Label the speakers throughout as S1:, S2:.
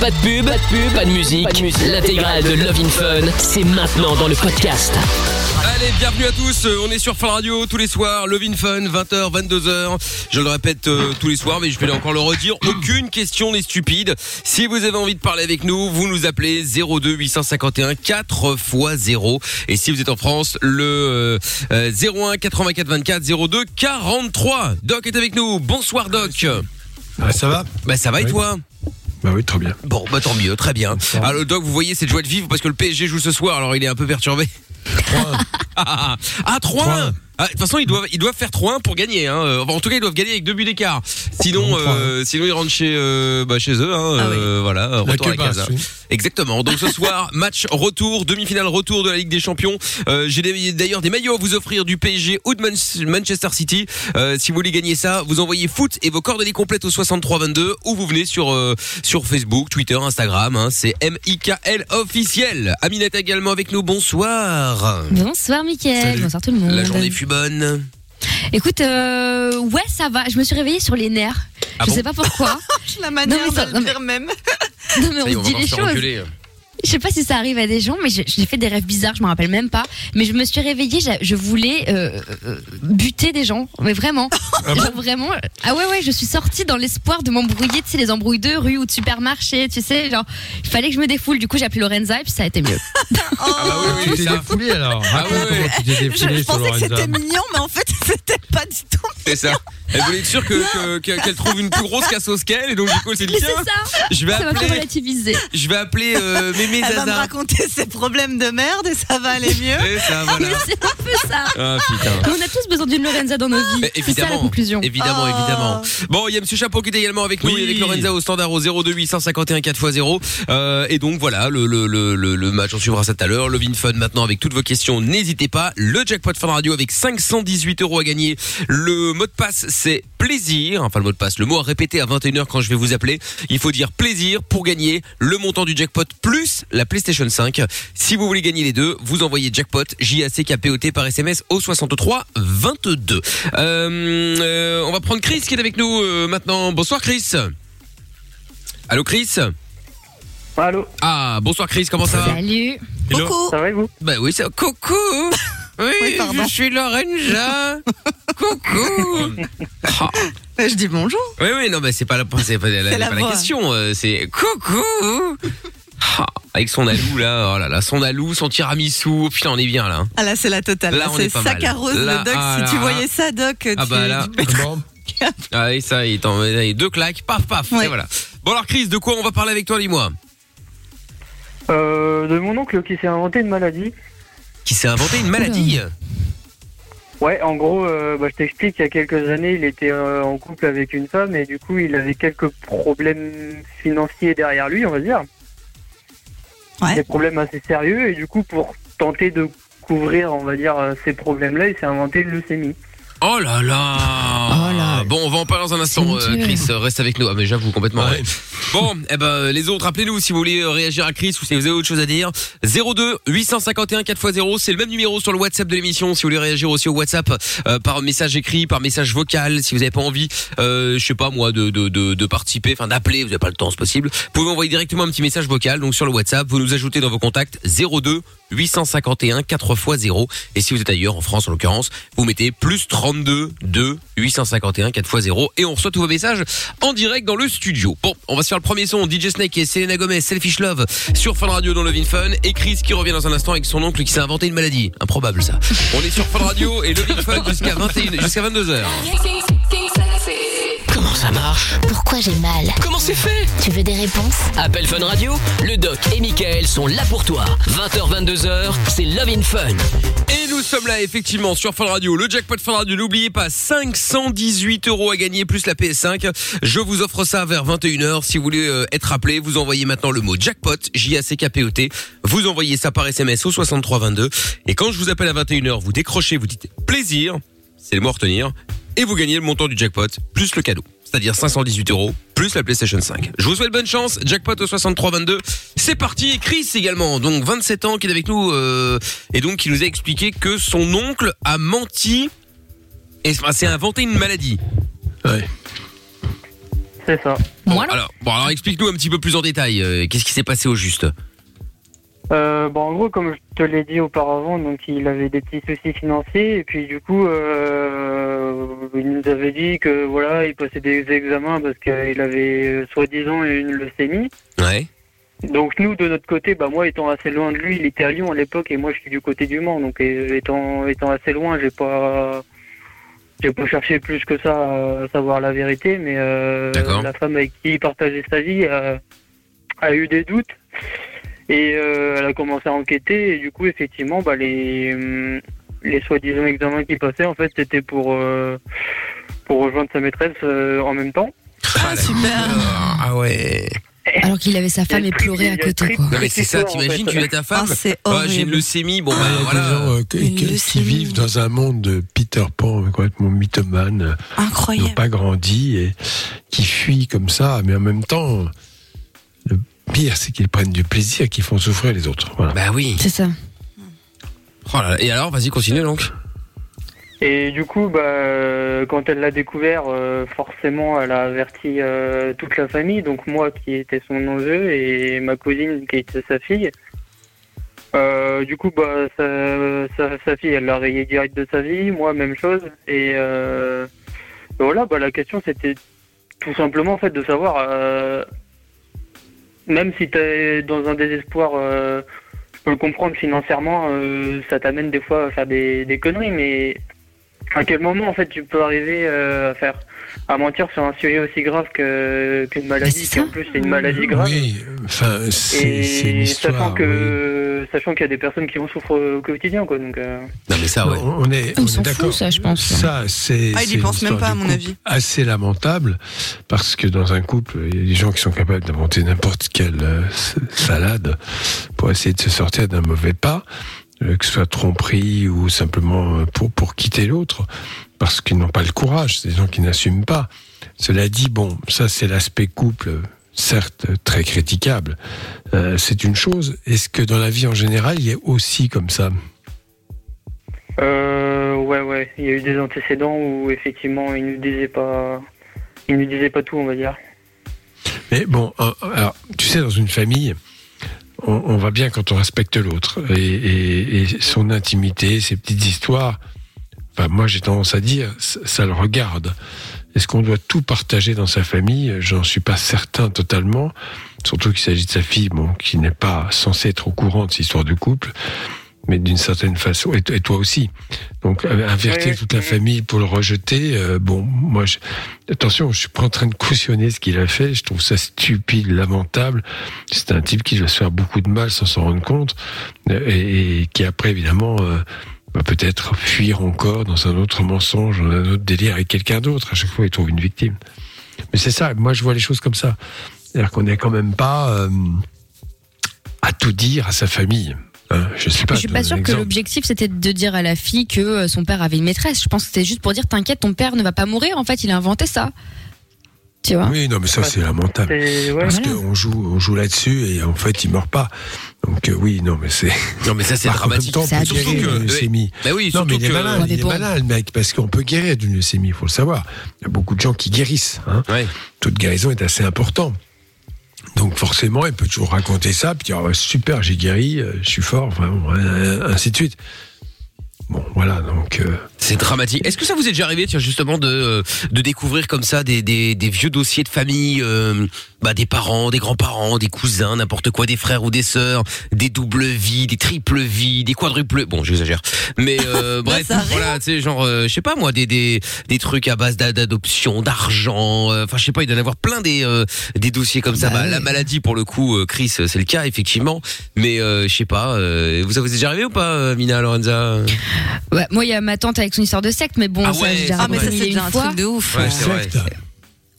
S1: Pas de pub, pas de pub, pas de musique. L'intégrale de Love in Fun, c'est maintenant dans le podcast.
S2: Allez, bienvenue à tous. Euh, On est sur Fun Radio tous les soirs, Love in Fun, 20h, 22h. Je le répète euh, tous les soirs, mais je vais encore le redire. Aucune question n'est stupide. Si vous avez envie de parler avec nous, vous nous appelez 02 851 4 x 0. Et si vous êtes en France, le euh, euh, 01 84 24 02 43. Doc est avec nous. Bonsoir Doc.
S3: Ah, ça va
S2: Bah ça va et
S3: Oui.
S2: toi
S3: Bah oui, trop bien.
S2: Bon, bah tant mieux, très bien. Alors Doc, vous voyez cette joie de vivre parce que le PSG joue ce soir, alors il est un peu perturbé. ah, 3-1 Ah, De toute façon, ils doivent, ils doivent faire 3-1 pour gagner. Hein. Euh, En tout cas, ils doivent gagner avec deux buts d'écart. Sinon, euh, sinon ils rentrent chez, euh, bah, chez eux. Hein, euh, voilà, euh, retour à
S3: queue basse,
S2: casa.
S3: oui.
S2: Exactement. Donc ce soir, match retour, demi-finale retour de la Ligue des Champions. Euh, J'ai des- d'ailleurs des maillots à vous offrir du PSG ou de Man- Manchester City. Euh, si vous voulez gagner ça, vous envoyez foot et vos coordonnées complètes au 6322 ou vous venez sur euh, sur Facebook, Twitter, Instagram. Hein, C'est MIKL officiel. Aminette également avec nous. Bonsoir.
S4: Bonsoir Mickaël, bonsoir tout le monde.
S2: La journée fut bonne.
S4: Écoute, euh, ouais ça va, je me suis réveillée sur les nerfs.
S2: Ah
S4: je
S2: bon
S4: sais pas pourquoi.
S5: La manière
S4: Non, mais ça-
S5: de
S4: non,
S5: le
S4: mais-
S5: dire même.
S4: non mais on
S2: Ça y est,
S4: se dit
S2: va
S4: les
S2: faire
S4: choses.
S2: engueuler.
S4: Je sais pas si ça arrive à des gens, mais je- j'ai fait des rêves bizarres, je me rappelle même pas. Mais je me suis réveillée, j'a- je voulais euh, euh, buter des gens, mais vraiment, Genre vraiment. Ah ouais ouais, je suis sortie dans l'espoir de m'embrouiller, tu sais les embrouilles de rue ou de supermarché, tu sais, genre il fallait que je me défoule. Du coup j'ai appelé Lorenza et puis ça a été mieux.
S2: Ah bah oui, oui,
S3: Tu t'es
S2: ça.
S3: défoulé alors Raconte
S2: Ah ouais.
S3: comment tu t'es
S5: Je,
S3: défoulé
S5: je
S3: sur
S5: pensais que
S3: Lorenza.
S5: c'était mignon, mais en fait, c'était pas du tout.
S2: C'est ça. Elle voulait être sûre que- que- que- qu'elle trouve une plus grosse cassos qu'elle et donc du coup elle s'est dit
S4: Mais c'est
S2: tiens,
S4: ça,
S2: je vais
S4: ça m'a fait
S2: appeler,
S4: relativiser.
S2: je vais appeler euh, Mémé
S5: Elle va me
S2: Zaza.
S5: raconter ses problèmes de merde et ça va aller mieux.
S2: C'est ça,
S4: Ah, Mais
S2: voilà.
S4: c'est un peu ça.
S2: Ah putain.
S4: Mais on a tous besoin d'une Lorenza dans nos vies.
S2: Eh,
S4: C'est ça la
S2: Évidemment,
S4: conclusion.
S2: évidemment,
S5: Oh.
S2: évidemment. Bon, il y a Monsieur Chapeau qui est également avec nous,
S3: Oui.
S2: et avec Lorenza au standard au 02851 4x0. Euh, et donc voilà, le, le, le, le, le match, on suivra ça tout à l'heure. Le Vin Fun maintenant avec toutes vos questions, n'hésitez pas. Le jackpot Fun Radio avec 518 euros à gagner. Le mot de passe, c'est plaisir. Enfin, le mot de passe, le mot à répéter à 21h quand je vais vous appeler. Il faut dire plaisir pour gagner le montant du jackpot plus la PlayStation 5. Si vous voulez gagner les deux, vous envoyez jackpot J-A-C-K-P-O-T par SMS au 63 22. Euh, euh, on va prendre Chris qui est avec nous euh, maintenant. Bonsoir Chris. Allô Chris
S6: Allô,
S2: Ah, bonsoir Chris, comment ça va
S4: Salut.
S5: Coucou.
S6: ça va et vous
S2: Bah oui, ça... Coucou Oui,
S5: Oui, pardon.
S2: je suis Lorenza Coucou Ah.
S5: Bah, Je dis bonjour.
S2: Oui, oui, non, mais c'est pas la, c'est pas la,
S5: C'est la
S2: pas la
S5: voix.
S2: question. euh, C'est coucou. Ah, Avec son alou là, oh là là, son alou, son tiramisu, oh, putain, on est bien là.
S5: Ah là, c'est la totale.
S2: Là,
S5: Là,
S2: on est
S5: c'est
S2: pas mal.
S5: saccharose,
S2: Là,
S5: le doc.
S2: ah,
S5: si tu
S2: là,
S5: voyais
S2: là.
S5: ça, doc,
S2: Ah
S5: tu,
S2: bah là.
S5: tu pètes-
S3: Bon,
S2: Ah oui, ça, il t'en met deux claques, paf, paf, et
S5: Ouais.
S2: voilà. Bon alors, Chris, de quoi on va parler avec toi, dis-moi
S6: euh, De mon oncle qui s'est inventé une maladie.
S2: Qui s'est inventé une maladie
S6: Ouais, en gros, euh, bah, je t'explique, il y a quelques années, il était euh, en couple avec une femme et du coup, il avait quelques problèmes financiers derrière lui, on va dire.
S5: Ouais.
S6: Des problèmes assez sérieux et du coup, pour tenter de couvrir, on va dire, euh, ces problèmes-là, il s'est inventé une leucémie.
S2: Oh là là
S4: Oh là.
S2: Bon, on va en parler dans un instant,
S4: C'est
S2: euh,
S4: dur.
S2: Chris, euh, reste avec nous. Ah, mais j'avoue, complètement.
S3: Ouais.
S2: ouais. Bon, eh ben, les autres, appelez-nous si vous voulez euh, réagir à Chris ou si vous avez autre chose à dire. 02 851 4x0, c'est le même numéro sur le WhatsApp de l'émission. Si vous voulez réagir aussi au WhatsApp euh, par message écrit, par message vocal, si vous n'avez pas envie, euh, je sais pas moi, de, de, de, de participer, enfin d'appeler, vous n'avez pas le temps, c'est possible. Vous pouvez envoyer directement un petit message vocal, donc sur le WhatsApp, vous nous ajoutez dans vos contacts 02 851 4x0. Et si vous êtes ailleurs, en France en l'occurrence, vous mettez plus 32 2 851 4x0 et on reçoit tous vos messages en direct dans le studio. Bon, on va se faire le premier son. DJ Snake et Selena Gomez, Selfish Love sur Fun Radio dans Love in Fun et Chris qui revient dans un instant avec son oncle qui s'est inventé une maladie. Improbable ça. On est sur Fun Radio et Love in Fun jusqu'à 21 jusqu'à 22h.
S1: Comment ça marche
S7: Pourquoi j'ai mal
S1: Comment c'est fait
S7: Tu veux des réponses
S1: Appel Fun Radio, le doc et Michael sont là pour toi. 20h, 22h, c'est Love in Fun.
S2: Et nous sommes là effectivement sur Fun Radio, le jackpot Fun Radio. N'oubliez pas 518 euros à gagner plus la PS5. Je vous offre ça vers 21h. Si vous voulez euh, être appelé, vous envoyez maintenant le mot jackpot, J A C K P O T. Vous envoyez ça par SMS au 6322 et quand je vous appelle à 21h, vous décrochez, vous dites plaisir, c'est le mot à retenir et vous gagnez le montant du jackpot plus le cadeau, c'est-à-dire 518 euros plus la PlayStation 5. Je vous souhaite bonne chance, jackpot au 6322. C'est parti, et Chris également, donc 27 ans qui est avec nous euh, et donc qui nous a expliqué que son oncle a menti et enfin, s'est inventé une maladie.
S3: ouais.
S8: C'est ça.
S2: Bon, alors, bon, alors explique-nous un petit peu plus en détail. euh, Qu'est-ce qui s'est passé au juste
S8: Euh, bah, en gros, comme je te l'ai dit auparavant, donc il avait des petits soucis financiers et puis du coup, euh, il nous avait dit que voilà, il passait des examens parce qu'il avait euh, soi-disant une leucémie.
S2: Ouais.
S8: Donc nous, de notre côté, bah moi étant assez loin de lui, il était à Lyon à l'époque et moi je suis du côté du Mans, donc euh, étant étant assez loin, j'ai pas j'ai pas cherché plus que ça à savoir la vérité, mais euh,
S2: D'accord.
S8: la femme avec qui il partageait sa vie a, a eu des doutes et euh, elle a commencé à enquêter et du coup effectivement bah les hum, les soi-disant examens qui passaient en fait c'était pour euh, pour rejoindre sa maîtresse euh, en même temps.
S5: Ah, super.
S2: Ah ouais.
S4: Alors qu'il avait sa femme et pleurait à côté, quoi.
S2: Non mais c'est ça,
S8: Petite histoire,
S2: t'imagines,
S8: en fait.
S2: tu as ta femme.
S4: oh,
S5: Ah, c'est
S2: Ah, j'ai une
S5: horrible.
S2: leucémie. Bon,
S3: Il
S2: bah,
S3: y a des
S2: voilà.
S3: gens euh, que-
S5: Une
S3: que- qui
S5: leucémie.
S3: vivent dans un monde de Peter Pan, euh, complètement mythomane, euh, qui n'ont
S5: Incroyable.
S3: pas grandi et qui fuient comme ça, mais en même temps, le pire, c'est qu'ils prennent du plaisir, qu'ils font souffrir les autres. Voilà.
S2: Bah oui.
S4: C'est ça.
S2: Oh là là. Et alors, vas-y, continue donc.
S8: Et du coup, bah, euh, quand elle l'a découvert, euh, forcément, elle a averti euh, toute la famille, donc moi qui était son enjeu et ma cousine qui était sa fille. Euh, du coup, bah, sa, sa, sa fille, elle l'a rayé direct de sa vie, moi, même chose. Et euh, voilà, bah, la question, c'était tout simplement en fait, de savoir, euh, même si tu es dans un désespoir, euh, je peux le comprendre financièrement, euh, ça t'amène des fois à faire des, des conneries, mais à quel moment en fait tu peux arriver euh, à faire à mentir sur un sujet aussi grave que qu'une
S4: Bah,
S8: maladie
S4: c'est
S8: qui en
S4: ça.
S8: plus c'est une maladie grave
S3: Oui, enfin, c'est c'est une
S8: et
S3: histoire.
S8: sachant
S3: oui.
S8: que sachant qu'il y a des personnes qui en souffrent au quotidien quoi donc euh,
S2: Non mais ça, ouais.
S3: Non, On est,
S4: On
S3: on est
S4: s'en fout,
S3: d'accord.
S4: ça, je pense.
S3: Ça, c'est.
S5: Ah, il y
S3: c'est une
S5: pense même
S3: histoire
S5: pas,
S3: de
S5: à mon
S3: couple
S5: avis.
S3: Assez lamentable, parce que dans un couple, il y a des gens qui sont capables d'inventer n'importe quelle euh, s- salade pour essayer de se sortir d'un mauvais pas, euh, que ce soit tromperie ou simplement euh, pour, pour quitter l'autre, parce qu'ils n'ont pas le courage. C'est des gens qui n'assument pas. Cela dit, bon, ça, c'est l'aspect couple, certes très critiquable. Euh, c'est une chose. Est-ce que dans la vie en général, il y a aussi comme ça
S8: euh, ouais ouais il y a eu des antécédents où effectivement ils nous disaient pas ils nous disaient pas tout on va dire
S3: Mais bon, euh, alors, tu sais, dans une famille, on, on va bien quand on respecte l'autre et, et- et son intimité, ses petites histoires. Enfin, moi, j'ai tendance à dire, ça, ça le regarde. Est-ce qu'on doit tout partager dans sa famille J'en suis pas certain totalement. Surtout qu'il s'agit de sa fille, bon, qui n'est pas censée être au courant de cette histoire de couple, mais d'une certaine façon, et, et toi aussi. Donc, euh,
S8: Oui,
S3: avertir
S8: oui.
S3: toute la famille pour le rejeter, euh, bon, moi, je, Attention, je suis pas en train de cautionner ce qu'il a fait. Je trouve ça stupide, lamentable. C'est un type qui va se faire beaucoup de mal sans s'en rendre compte euh, et, et qui après, évidemment, euh, va peut-être fuir encore dans un autre mensonge, dans un autre délire avec quelqu'un d'autre. À chaque fois, il trouve une victime. Mais c'est ça. Moi, je vois les choses comme ça. C'est-à-dire qu'on n'est quand même pas euh, à tout dire à sa famille. Hein, je sais pas.
S4: Je suis
S3: donne un
S4: pas sûre que
S3: exemple.
S4: l'objectif c'était de dire à la fille que euh, son père avait une maîtresse. Je pense que c'était juste pour dire t'inquiète, ton père ne va pas mourir. En fait, il a inventé ça. Tu vois
S3: Oui, non, mais ça, c'est lamentable.
S8: C'est- ouais.
S3: Parce
S4: Voilà.
S3: qu'on joue, on joue là-dessus et en fait, il meurt pas. Donc euh, oui, non, mais c'est.
S2: Non mais ça c'est
S3: Par contre,
S2: dramatique.
S3: en même temps, on peut
S4: C'est
S2: surtout
S3: guérir
S2: que.
S3: d'une leucémie.
S2: Bah oui,
S3: Non,
S2: surtout
S3: mais il est
S2: que.
S3: malin,
S4: Ouais, mais
S3: il est
S4: bon.
S3: malin, le mec, parce qu'on peut guérir d'une leucémie, il faut le savoir. Il y a beaucoup de gens qui guérissent. Hein.
S2: Ouais.
S3: Toute guérison est assez importante. Donc forcément, il peut toujours raconter ça, puis dire Ah ouais, super, j'ai guéri, euh, je suis fort, enfin, bon, euh, ainsi de suite. Bon, voilà, donc euh,
S2: C'est dramatique. Est-ce que ça vous est déjà arrivé, tiens, justement, de euh, de découvrir comme ça des des, des vieux dossiers de famille, euh, bah des parents, des grands-parents, des cousins, n'importe quoi, des frères ou des sœurs, des doubles vies, des triples vies, des quadruples. Bon, j'exagère, mais euh, bref,
S5: Bah, ça arrive.
S2: voilà, tu sais, genre, euh, je sais pas moi, des des des trucs à base d'a- d'adoption, d'argent, euh, enfin, je sais pas, il doit y en avoir plein des euh, des dossiers comme ça.
S5: Bah
S2: Bah,
S5: oui.
S2: La maladie, pour le coup, euh, Chris, c'est le cas effectivement, mais euh, je sais pas, euh, vous ça vous est déjà arrivé ou pas, euh, Mina, Lorenza
S4: Ouais, Moi, il y a ma tante avec son histoire de secte, mais bon,
S2: Ah
S4: ça,
S2: ouais,
S4: j'ai
S2: ça,
S4: déjà
S5: Ah, mais ça,
S4: raconté
S5: c'est
S4: une
S5: déjà un
S4: fois.
S5: truc de ouf.
S2: Ouais, c'est vrai.
S3: secte.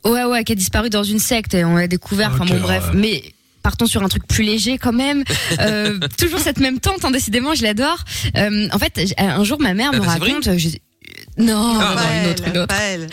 S4: Ouais, ouais, qui a disparu dans une secte et on l'a découvert. Enfin
S3: Ok,
S4: bon, bref.
S3: ouais.
S4: Mais partons sur un truc plus léger quand même. Euh, toujours cette même tante, hein, décidément, je l'adore. Euh, en fait, j- un jour, ma mère
S2: Ah
S4: me
S2: bah, c'est vrai
S4: raconte. je- Non,
S2: Ah,
S4: non, non, une
S5: elle,
S4: autre, une autre.
S5: pas elle.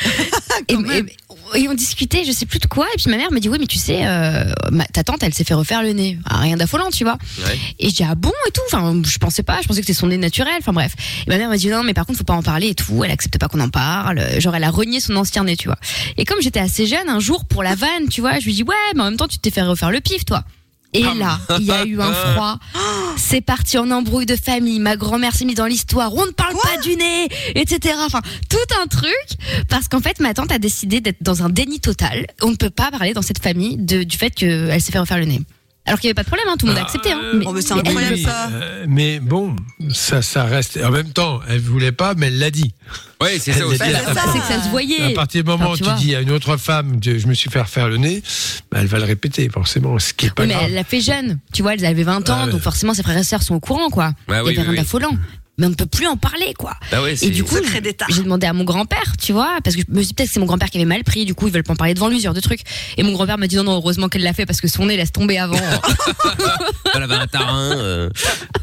S4: Et,
S5: Quand même.
S4: et- et on discutait, je sais plus de quoi. Et puis ma mère m'a dit oui, mais tu sais, euh, ma- ta tante, elle s'est fait refaire le nez. Ah, rien d'affolant, tu vois.
S2: Ouais.
S4: Et je dis ah bon et tout. Enfin, je pensais pas. Je pensais que c'était son nez naturel. Enfin bref. Et ma mère m'a dit non, mais par contre, faut pas en parler et tout. Elle accepte pas qu'on en parle. Genre, elle a renié son ancien nez, tu vois. Et comme j'étais assez jeune, un jour pour la vanne, tu vois, je lui dis ouais, mais en même temps, tu t'es fait refaire le pif, toi. Et
S9: Ah,
S4: là, il y a eu un froid. C'est parti en embrouille de famille. Ma grand-mère s'est mise dans l'histoire. On ne parle pas du nez, etc. Enfin, tout un truc. Parce qu'en fait, ma tante a décidé d'être dans un déni total. On ne peut pas parler dans cette famille de- du fait qu'elle s'est fait refaire le nez. Alors qu'il n'y avait pas de problème, hein, tout le monde a accepté. Hein,
S5: Oh, mais c'est
S4: elle-
S5: incroyable.
S3: Ah. Oui,
S5: ça.
S3: euh, mais bon, ça, ça reste. En même temps, elle voulait pas, mais elle l'a dit.
S2: Ouais, c'est ça aussi.
S3: Elle l'a
S5: Bah, C'est ça.
S4: C'est que ça se
S3: À
S4: voyait.
S3: partir du moment
S4: Enfin,
S3: où
S4: tu
S3: tu,
S4: vois.
S3: dis à une autre femme, je, je me suis fait refaire le nez, bah, elle va le répéter forcément, ce qui est pas
S4: Oui, mais
S3: grave.
S4: elle l'a fait jeune. Tu vois, elle avait 20 ans,
S3: Ah ouais.
S4: donc forcément ses frères et sœurs sont au courant, quoi.
S2: Ouais,
S4: Il
S2: oui,
S4: n'y avait
S2: oui,
S4: rien
S2: oui.
S4: d'affolant. Mais on ne peut plus en parler, quoi.
S2: Bah ouais,
S4: Et
S2: c'est-
S4: du coup,
S5: Secret d'État.
S4: j'ai demandé à mon grand-père, tu vois, parce que je me suis dit peut-être que c'est mon grand-père qui avait mal pris, du coup ils veulent pas en parler devant lui, ce genre de truc. Et mon grand-père m'a dit non, non, heureusement qu'elle l'a fait parce que son nez laisse tomber avant.
S2: Euh. elle avait un tarin. euh,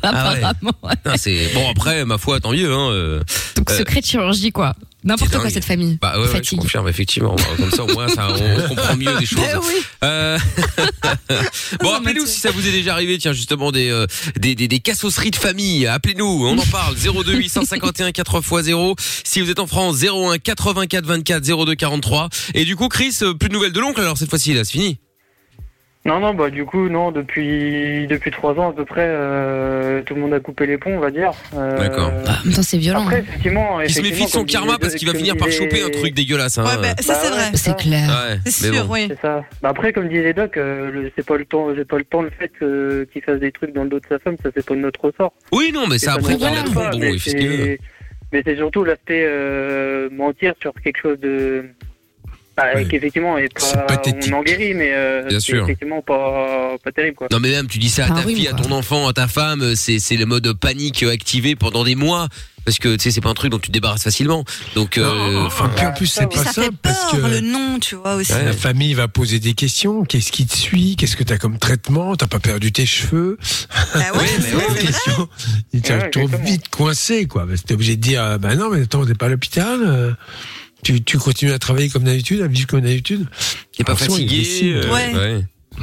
S4: apparemment.
S2: putain, c'est bon après, ma foi, tant mieux. Hein, euh,
S4: Donc
S2: Euh,
S4: secret de chirurgie, quoi.
S2: c'est
S4: N'importe quoi
S2: dingue.
S4: cette famille.
S2: Bah ouais, ouais, je
S4: Fatigue. Ben
S2: confirme effectivement. Comme ça, au moins, ça, on comprend mieux des choses.
S5: Eh oui.
S2: Euh, bon, appelez-nous si ça vous est déjà arrivé, tiens, justement, des, euh, des, des, des cassosseries de famille. Appelez-nous, on en parle. 02 851 4x0. Si vous êtes en France, 01 84 24 02 43. Et du coup, Chris, euh, plus de nouvelles de l'oncle, alors cette fois-ci, là, c'est fini.
S6: Non, non, bah du coup, non, depuis depuis trois ans à peu près, euh, tout le monde a coupé les ponts, on va dire. Euh,
S2: D'accord.
S4: Bah, en même temps, c'est violent.
S6: Après,
S4: hein.
S6: effectivement,
S2: Qui se
S6: effectivement,
S2: méfie de son
S6: comme
S2: karma
S6: disait-
S2: parce qu'il va
S6: comme
S2: finir par
S6: disait-
S2: choper un truc dégueulasse. Hein.
S5: Ouais,
S8: ben,
S5: bah, ça,
S6: Bah
S5: c'est
S6: ouais.
S5: vrai.
S4: C'est clair.
S2: Ouais,
S5: C'est
S2: mais
S5: sûr,
S2: bon.
S5: oui.
S6: C'est ça. Bah après, comme disait Doc, euh, le- c'est pas le temps, c'est pas le temps le fait que- qu'il fasse des trucs dans le dos de sa femme, ça c'est pas de notre ressort.
S2: Oui, non, mais
S6: Et
S2: ça, après,
S6: nous
S2: qu'il a
S6: regarde
S2: bon,
S6: pas,
S2: bon,
S6: mais
S2: il fait ce qu'il veut.
S6: c'est- Mais c'est surtout l'aspect euh, mentir sur quelque chose de. Bah,
S3: Oui.
S6: Qu'effectivement, est
S3: C'est
S6: pas-
S3: pathétique.
S6: on en guérit, mais euh,
S2: Bien
S6: c'est
S2: sûr.
S6: effectivement pas, pas terrible quoi.
S2: Non mais même tu dis ça à
S4: Un
S5: Bah
S2: ta
S4: rhume,
S2: fille, à
S4: quoi.
S2: ton enfant, à ta femme, euh, c'est c'est le mode panique euh, activé pendant des mois parce que tu sais c'est pas un truc dont tu te débarrasses facilement. Donc euh,
S3: Enfin,
S2: enfin
S3: puis en plus, c'est
S5: Puis
S3: pas
S5: ça fait
S3: simple parce
S5: peur,
S3: que
S5: le nom, tu vois, aussi.
S2: Ouais.
S3: la famille va poser des questions. Qu'est-ce qui te suit Qu'est-ce que t'as comme traitement T'as pas perdu tes cheveux
S5: Bah ouais,
S2: mais
S5: c'est vrai.
S3: questions. Ils te
S6: Ouais,
S3: retrouvent
S6: exactement.
S3: vite coincé, quoi. Parce que t'es obligé de dire, euh, bah non, mais attends, t'es pas à l'hôpital. euh, Tu, tu continues à travailler comme d'habitude, à vivre comme d'habitude.
S2: t'es pas
S3: Attention, il
S2: fatigué.
S3: décide.
S2: euh,
S5: Ouais.
S2: ouais,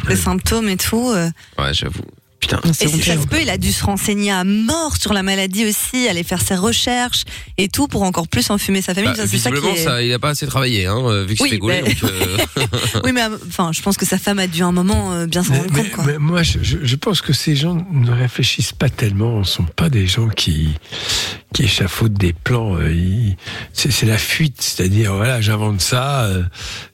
S5: les symptômes et tout. euh.
S2: Ouais, j'avoue. Putain.
S4: Non, c'est
S5: Et si ça
S4: honteux.
S5: se peut, il a dû se renseigner à mort sur la maladie aussi, aller faire ses recherches et tout pour encore plus enfumer sa famille.
S2: Bah,
S5: Ça, c'est ça qui
S2: visiblement
S5: est-
S2: ça, il a pas assez travaillé hein, euh, vu que
S5: Oui,
S2: c'était gaulé.
S5: mais-
S2: donc, euh,
S5: Oui, mais euh, enfin, je pense que sa femme a dû à un moment euh, bien s'en
S3: Mais,
S5: rendre
S3: mais-
S5: compte. Quoi.
S3: mais moi, je, je- je pense que ces gens ne réfléchissent pas tellement. Ce sont pas des gens qui, qui échafaudent des plans. euh, ils- C'est c'est la fuite. C'est-à-dire, voilà, j'invente ça. euh,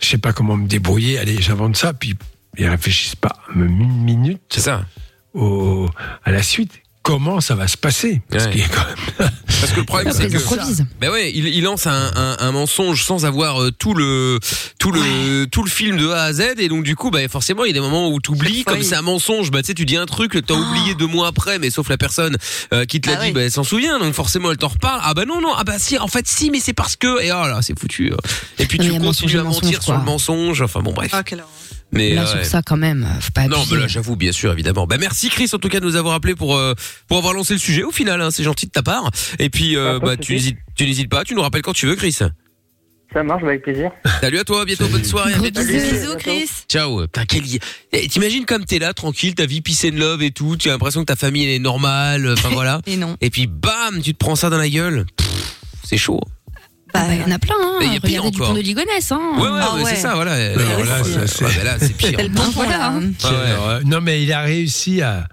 S3: je sais pas comment me débrouiller. Allez, j'invente ça. Puis ils réfléchissent pas même une minute
S2: c'est ça.
S3: au, à la suite. Comment ça va se passer Parce
S2: Ouais.
S3: qu'il y a quand même-
S2: Parce que le problème
S4: Parce
S2: c'est
S4: qu'ils
S2: que
S4: improvisent.
S2: Ben ouais, il, il lance un, un- un mensonge sans avoir euh, tout le tout le tout le film de A à Z et donc du coup ben forcément il y a des moments où t'oublies
S5: Chaque fois,
S2: comme
S5: il-
S2: c'est un mensonge ben tu sais tu dis un truc
S4: Ah.
S2: t'as oublié deux mois après mais sauf la personne euh, qui te l'a
S4: Bah
S5: Ah
S2: dit
S5: oui.
S2: ben elle s'en souvient donc forcément elle t'en reparle ah ben non non ah ben si en fait si mais c'est parce que et oh là c'est foutu et puis tu
S4: Oui, il y a mensonge
S2: continues
S4: et
S2: à mentir
S4: mensonge,
S2: sur
S4: quoi.
S2: le mensonge enfin bon bref
S5: Ah, quelle horreur.
S2: mais
S4: Là,
S2: euh,
S4: sur ça, quand même, faut pas
S2: non
S4: abuser.
S2: mais là j'avoue bien sûr évidemment ben merci Chris en tout cas de nous avoir appelé pour euh, pour avoir lancé le sujet au final hein, c'est gentil de ta part et puis euh,
S6: Ah, pas de
S2: bah,
S6: souci.
S2: tu n'hésites tu n'hésites pas tu nous rappelles quand tu veux Chris
S6: Ça marche, bah, avec plaisir.
S2: Salut à toi, à bientôt, bonne soirée. à
S4: Gros
S2: bientôt.
S4: bisous.
S6: Salut.
S5: Bisous, Chris.
S2: Ciao. Putain, quel li- Eh, T'imagines comme t'es là, tranquille, ta vie peace and love et tout, tu as l'impression que ta famille elle est normale, euh, enfin voilà.
S5: Et non.
S2: Et puis bam, tu te prends ça dans la gueule. Pff, C'est chaud.
S4: Ah
S5: Bah,
S4: bah, il y en a plein, hein.
S2: Mais il y a pire
S4: Regardez du
S2: encore.
S4: pont de Ligonesse, hein.
S2: Ouais, ouais,
S5: Ah
S2: ouais,
S5: ouais.
S2: c'est ça, voilà. Euh,
S3: Alors là,
S2: ouais,
S3: ça,
S2: ouais,
S3: c'est-
S2: ouais, là, c'est pire.
S5: Quel bon
S4: voilà,
S5: voilà.
S4: hein.
S2: Ah ouais.
S3: Alors, euh, non, mais il a réussi à,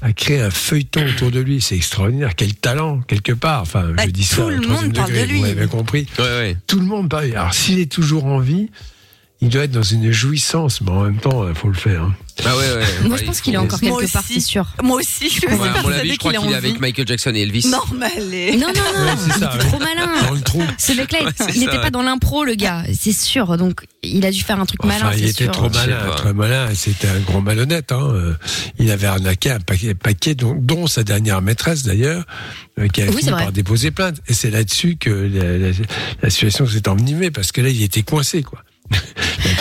S3: à créer un feuilleton autour de lui. C'est extraordinaire. Quel talent, quelque part. Enfin,
S5: Bah,
S3: je dis ça.
S5: tout
S3: au
S5: le
S3: troisième
S5: monde parle
S3: degré,
S5: de lui.
S3: Vous avez bien compris.
S2: Ouais, ouais.
S3: Tout le monde parle. Alors, s'il est toujours en vie, il doit être dans une jouissance. Mais en même temps, il faut le faire. hein.
S2: Bah ouais, ouais.
S4: Moi,
S2: Ouais,
S4: je pense
S2: il
S4: qu'il est
S2: faut-
S4: encore
S5: Moi
S4: quelque part,
S5: aussi.
S4: c'est sûr.
S5: Moi aussi, je suis
S2: Ouais, à mon avis,
S5: persuadée
S2: je crois
S5: qu'il est
S2: qu'il est avec
S5: envie.
S2: Michael Jackson et Elvis.
S5: Normal. et-
S4: Non, non, non,
S3: Ouais, c'est ça,
S4: il est
S3: ouais.
S4: trop malin.
S3: Dans le trou.
S4: Ce mec-là, il-
S2: Ouais, c'est
S4: il n'était
S2: ça, ouais.
S4: pas dans l'impro, le gars, c'est sûr. Donc, il a dû faire un truc malin,
S3: Enfin, il
S4: c'est
S3: était
S4: sûr.
S3: trop euh,
S2: Je sais
S3: malin,
S2: pas.
S3: très malin. C'était un gros malhonnête. hein. Euh, Il avait arnaqué un paquet, paquet dont, dont sa dernière maîtresse d'ailleurs, euh, qui a
S4: Oui, c'est
S3: fini
S4: vrai.
S3: par déposer plainte. Et c'est là-dessus que la, la- la situation s'est envenimée parce que là, il était coincé, quoi.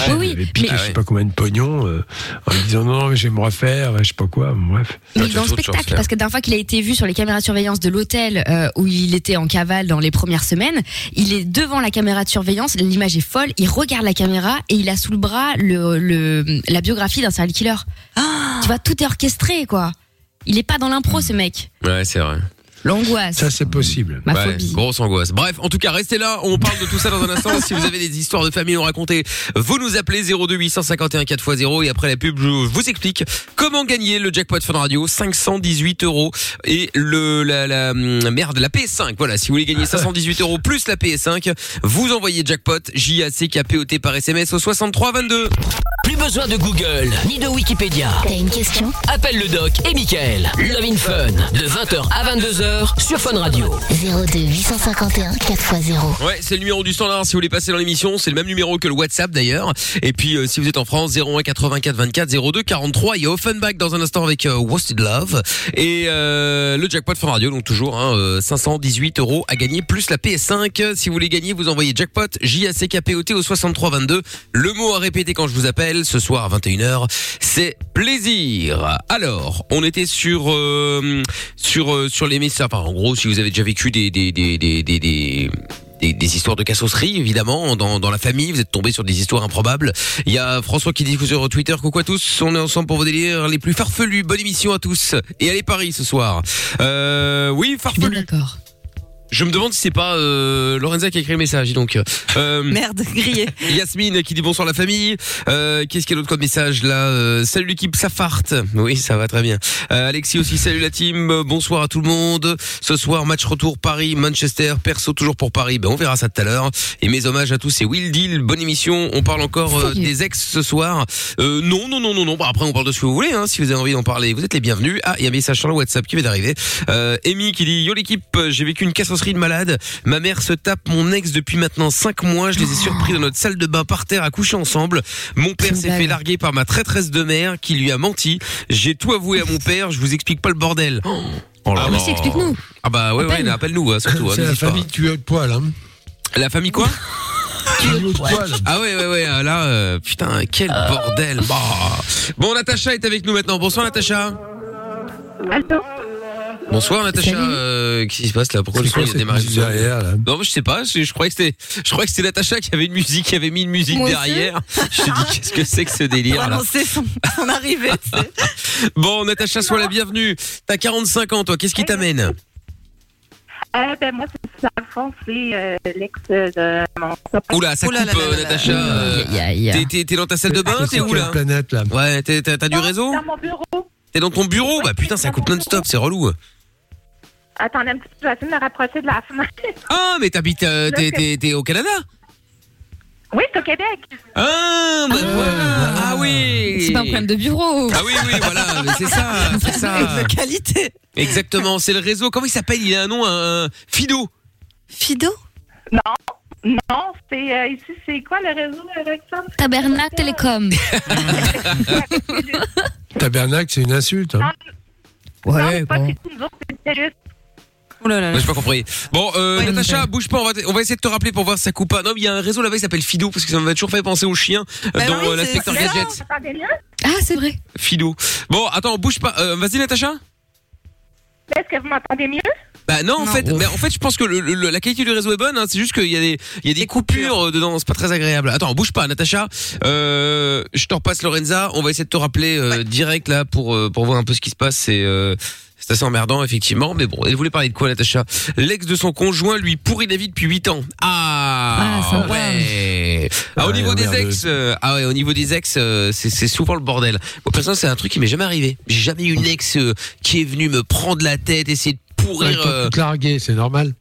S4: Oui, oui,
S3: Et puis,
S4: mais-
S3: je sais pas combien de pognon, euh, en lui disant non, non, mais je vais me refaire, je sais pas quoi, bref.
S4: Il
S2: Ah,
S4: est
S2: tu
S4: dans le
S2: te fous de chance,
S4: spectacle
S2: là.
S4: parce que la dernière fois qu'il a été vu sur les caméras de surveillance de l'hôtel euh, où il était en cavale dans les premières semaines, il est devant la caméra de surveillance, l'image est folle, il regarde la caméra et il a sous le bras le, le- la biographie d'un serial killer. tu vois, tout est orchestré quoi. Il est pas dans l'impro ce mec.
S2: Ouais, c'est vrai.
S4: L'angoisse.
S3: Ça, c'est possible.
S4: Ma
S2: Ouais,
S4: phobie.
S2: grosse angoisse. Bref, en tout cas, restez là. On parle de tout ça dans un instant. si vous avez des histoires de famille à nous raconter, vous nous appelez 02 851 4x0 et après la pub, je vous explique comment gagner le jackpot Fun Radio 518 euros et le la, la hum, merde la PS5. Voilà, si vous voulez gagner 518 euros plus la PS5, vous envoyez jackpot J A C K P O T par SMS au 63 22.
S1: Plus besoin de Google ni de Wikipédia.
S7: T'as une question
S1: Appelle le doc et Michael. Love in Fun de 20h à 22h sur Fun Radio.
S7: 02 851 4x0.
S2: Ouais, c'est le numéro du standard si vous voulez passer dans l'émission. C'est le même numéro que le WhatsApp d'ailleurs. Et puis euh, si vous êtes en France, 01 84 24 02 43. Il y a Offenbach dans un instant avec euh, Wasted Love et euh, le jackpot Fun Radio. Donc toujours hein, euh, 518 euros à gagner plus la PS5. Si vous voulez gagner, vous envoyez jackpot J A C K P O T au 63 22. Le mot à répéter quand je vous appelle ce soir à 21h, c'est plaisir. Alors, on était sur euh, sur euh, sur les messages. Enfin, en gros, si vous avez déjà vécu des des des des des, des des, des histoires de cassosserie, évidemment, dans, dans la famille, vous êtes tombé sur des histoires improbables. Il y a François qui dit sur Twitter, coucou à tous, on est ensemble pour vos délires les plus farfelus, bonne émission à tous, et allez Paris ce soir. Euh, oui,
S4: Je suis bien
S2: farfelu.
S4: d'accord.
S2: Je me demande si c'est pas euh, Lorenza qui a écrit le message, dis donc. Euh,
S5: Merde, grillé.
S2: Yasmine qui dit bonsoir la famille. Euh, Qu'est-ce qu'il y a d'autre comme message là Euh, Salut l'équipe, ça farte. Oui, ça va très bien. Euh, Alexis aussi, salut la team. Euh, Bonsoir à tout le monde. Ce soir, match retour Paris, Manchester. Perso toujours pour Paris. Ben on verra ça tout à l'heure. Et mes hommages à tous, c'est Will Deal. Bonne émission. On parle encore euh,
S4: Sérieux
S2: des ex ce soir. Euh, non, non, non, non, non. Bah, après, on parle de ce que vous voulez. Hein. Si vous avez envie d'en parler, vous êtes les bienvenus. Ah, il y a un message sur le WhatsApp qui vient d'arriver. Euh, Amy qui dit Yo l'équipe, euh, j'ai vécu une casserie de malade. Ma mère se tape mon ex depuis maintenant 5 mois. Je les ai surpris dans notre salle de bain par terre à coucher ensemble. Mon père s'est
S4: Scandale.
S2: fait larguer par ma traîtresse de mère qui lui a menti. J'ai tout avoué à mon père. Je vous explique pas le bordel. Oh là
S4: Ah,
S2: là.
S4: Merci, explique-nous.
S2: Ah bah ouais, ouais,
S4: Appelle-nous.
S2: appelle-nous hein, surtout. hein,
S3: C'est la
S2: n'hésite pas.
S3: famille tuée au poil, hein.
S2: La famille quoi
S3: Tuée au poil.
S2: Ah ouais, ouais, ouais, euh, là, euh, putain, quel bordel. Bah. Bon, Natacha est avec nous maintenant. Bonsoir, Natacha. Bonsoir, Natacha.
S4: Salut.
S2: Euh, Qu'est-ce qui se passe là Pourquoi le
S3: C'est
S2: son
S3: quoi
S2: il a
S3: cette
S2: démarré tout
S3: musique
S2: seul
S3: derrière, là
S2: non, mais je sais pas, je, je croyais que c'était, je croyais que c'était Natacha qui avait une musique, qui avait mis une musique
S4: Moi aussi.
S2: derrière. Je te dis, qu'est-ce que c'est que ce délire, là? Ah,
S5: Vraiment, c'est son, son arrivée. tu sais.
S2: Bon, Natacha, sois la bienvenue. T'as 45 ans, toi, qu'est-ce qui t'amène?
S10: Euh, ben, moi, c'est ça, Alphonse, c'est euh, l'ex de mon copain.
S2: Oula, ça coupe,
S5: Oula, là, là,
S2: euh,
S5: là, là.
S2: Natacha. euh,
S4: Aïe, aïe,
S2: T'es,
S4: aïe.
S2: t'es- t'es dans ta salle de bain,
S3: C'est
S2: t'es
S3: sur
S2: où,
S3: quelle
S2: là?
S3: planète, là
S2: Ouais, t'es- t'as, t'as du
S5: Ah.
S10: Non,
S2: réseau?
S10: Dans mon bureau.
S2: T'es dans ton bureau? Bah, putain, ça coupe non-stop, c'est relou.
S10: Attendez un petit peu, je vais essayer de me rapprocher de la fenêtre.
S2: Ah, mais t'habites, euh, t'es, t'es- t'es au Canada
S10: Oui, c'est au Québec.
S2: Ah, bah, voilà. ah oui
S4: C'est pas un problème de bureau.
S2: Ah oui, oui, voilà, mais c'est ça, c'est ça.
S5: De qualité.
S2: Exactement, c'est le réseau. Comment il s'appelle Il a un nom, un Fido.
S5: Fido
S10: Non, c'est euh, ici, c'est quoi le réseau euh, Alexandre?
S4: Tabernacle Télécom.
S3: Tabernacle, c'est une insulte. hein.
S10: non, c'est pas c'est nous autres, c'est Célus.
S5: Oh là là.
S2: Ouais, J'ai pas compris. Bon, euh,
S5: Ouais,
S2: Natacha, bouge pas. On va, t- on va essayer de te rappeler pour voir si ça coupe pas. Non, mais il y a un réseau là-bas qui s'appelle Fido parce que ça m'a toujours fait penser au chien euh,
S4: Ben
S5: Bah
S2: dans
S5: oui,
S2: euh,
S5: c'est-
S2: l'inspecteur
S5: c'est ça.
S2: gadget.
S10: Attendez mieux?
S4: Ah, c'est vrai.
S2: Fido. Bon, attends, bouge pas. Euh, Vas-y, Natacha.
S10: Est-ce que vous m'entendez mieux?
S2: Bah non, en
S5: Non.
S2: fait, mais en fait, je pense que le- le- la qualité du réseau est bonne. hein. c'est juste qu'il y a des, il y a des coupures euh, dedans. C'est pas très agréable. Attends, bouge pas, Natacha. Euh, je te repasse Lorenza. On va essayer de te rappeler euh, direct là pour euh, pour voir un peu ce qui se passe. C'est euh, c'est assez emmerdant effectivement, mais bon, elle voulait parler de quoi, Natacha L'ex de son conjoint lui pourrit la vie depuis 8 ans. Ah,
S4: Ah, ça va.
S2: ouais. Ah, au
S3: Ouais,
S2: niveau des
S3: merde.
S2: ex, euh, ah ouais, au niveau des ex, euh, c'est c'est souvent le bordel. Moi, personne, c'est un truc qui m'est jamais arrivé. J'ai jamais eu une ex euh, qui est venue me prendre la tête, essayer de
S3: Ouais,
S2: pourrir.
S3: t'as
S2: euh,
S3: tout largué, c'est normal.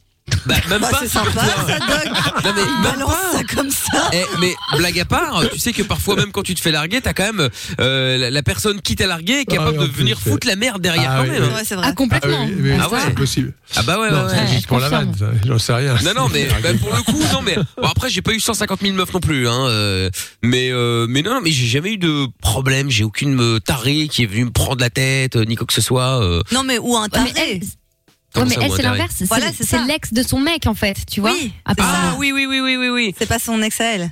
S2: bah, même
S5: Ah,
S2: pas.
S5: c'est sympa, ça, Doc.
S2: Non, mais même
S5: Il balance
S2: pas.
S5: ça comme ça.
S2: Eh, mais blague à part, tu sais que parfois même quand tu te fais larguer, t'as quand même euh, la, la personne qui t'a largué est capable
S3: Ah oui,
S2: de
S3: en
S2: venir
S3: plus,
S2: foutre la merde derrière
S3: Ah
S2: quand
S3: oui,
S2: même. hein.
S5: Ouais, c'est vrai.
S4: Ah, complètement.
S3: Ah oui, oui,
S2: Ah
S4: ça.
S2: ouais.
S3: c'est possible.
S2: Ah bah ouais,
S3: non,
S2: ouais,
S3: c'est
S2: ouais.
S3: juste pour la vanne,
S4: confirme.
S3: ça. j'en sais rien.
S2: Non non mais bah, pour le coup non mais bon, après j'ai pas eu 150 000 meufs non plus hein euh, mais euh, mais non mais j'ai jamais eu de problème j'ai aucune euh, tarée qui est venue me prendre la tête euh, ni quoi que ce soit euh.
S5: Non, mais ou un
S4: Ouais, mais
S5: taré.
S4: elle, Ouais,
S2: Comment
S4: mais
S2: ça,
S4: elle,
S2: ou un
S4: c'est
S2: taré
S4: l'inverse. C'est-
S5: Voilà, c'est
S4: c'est
S5: ça.
S4: l'ex de son mec, en fait, tu vois.
S5: Oui,
S4: Ah,
S5: c'est ça.
S2: Ah oui oui oui oui oui oui
S5: C'est pas son ex à elle.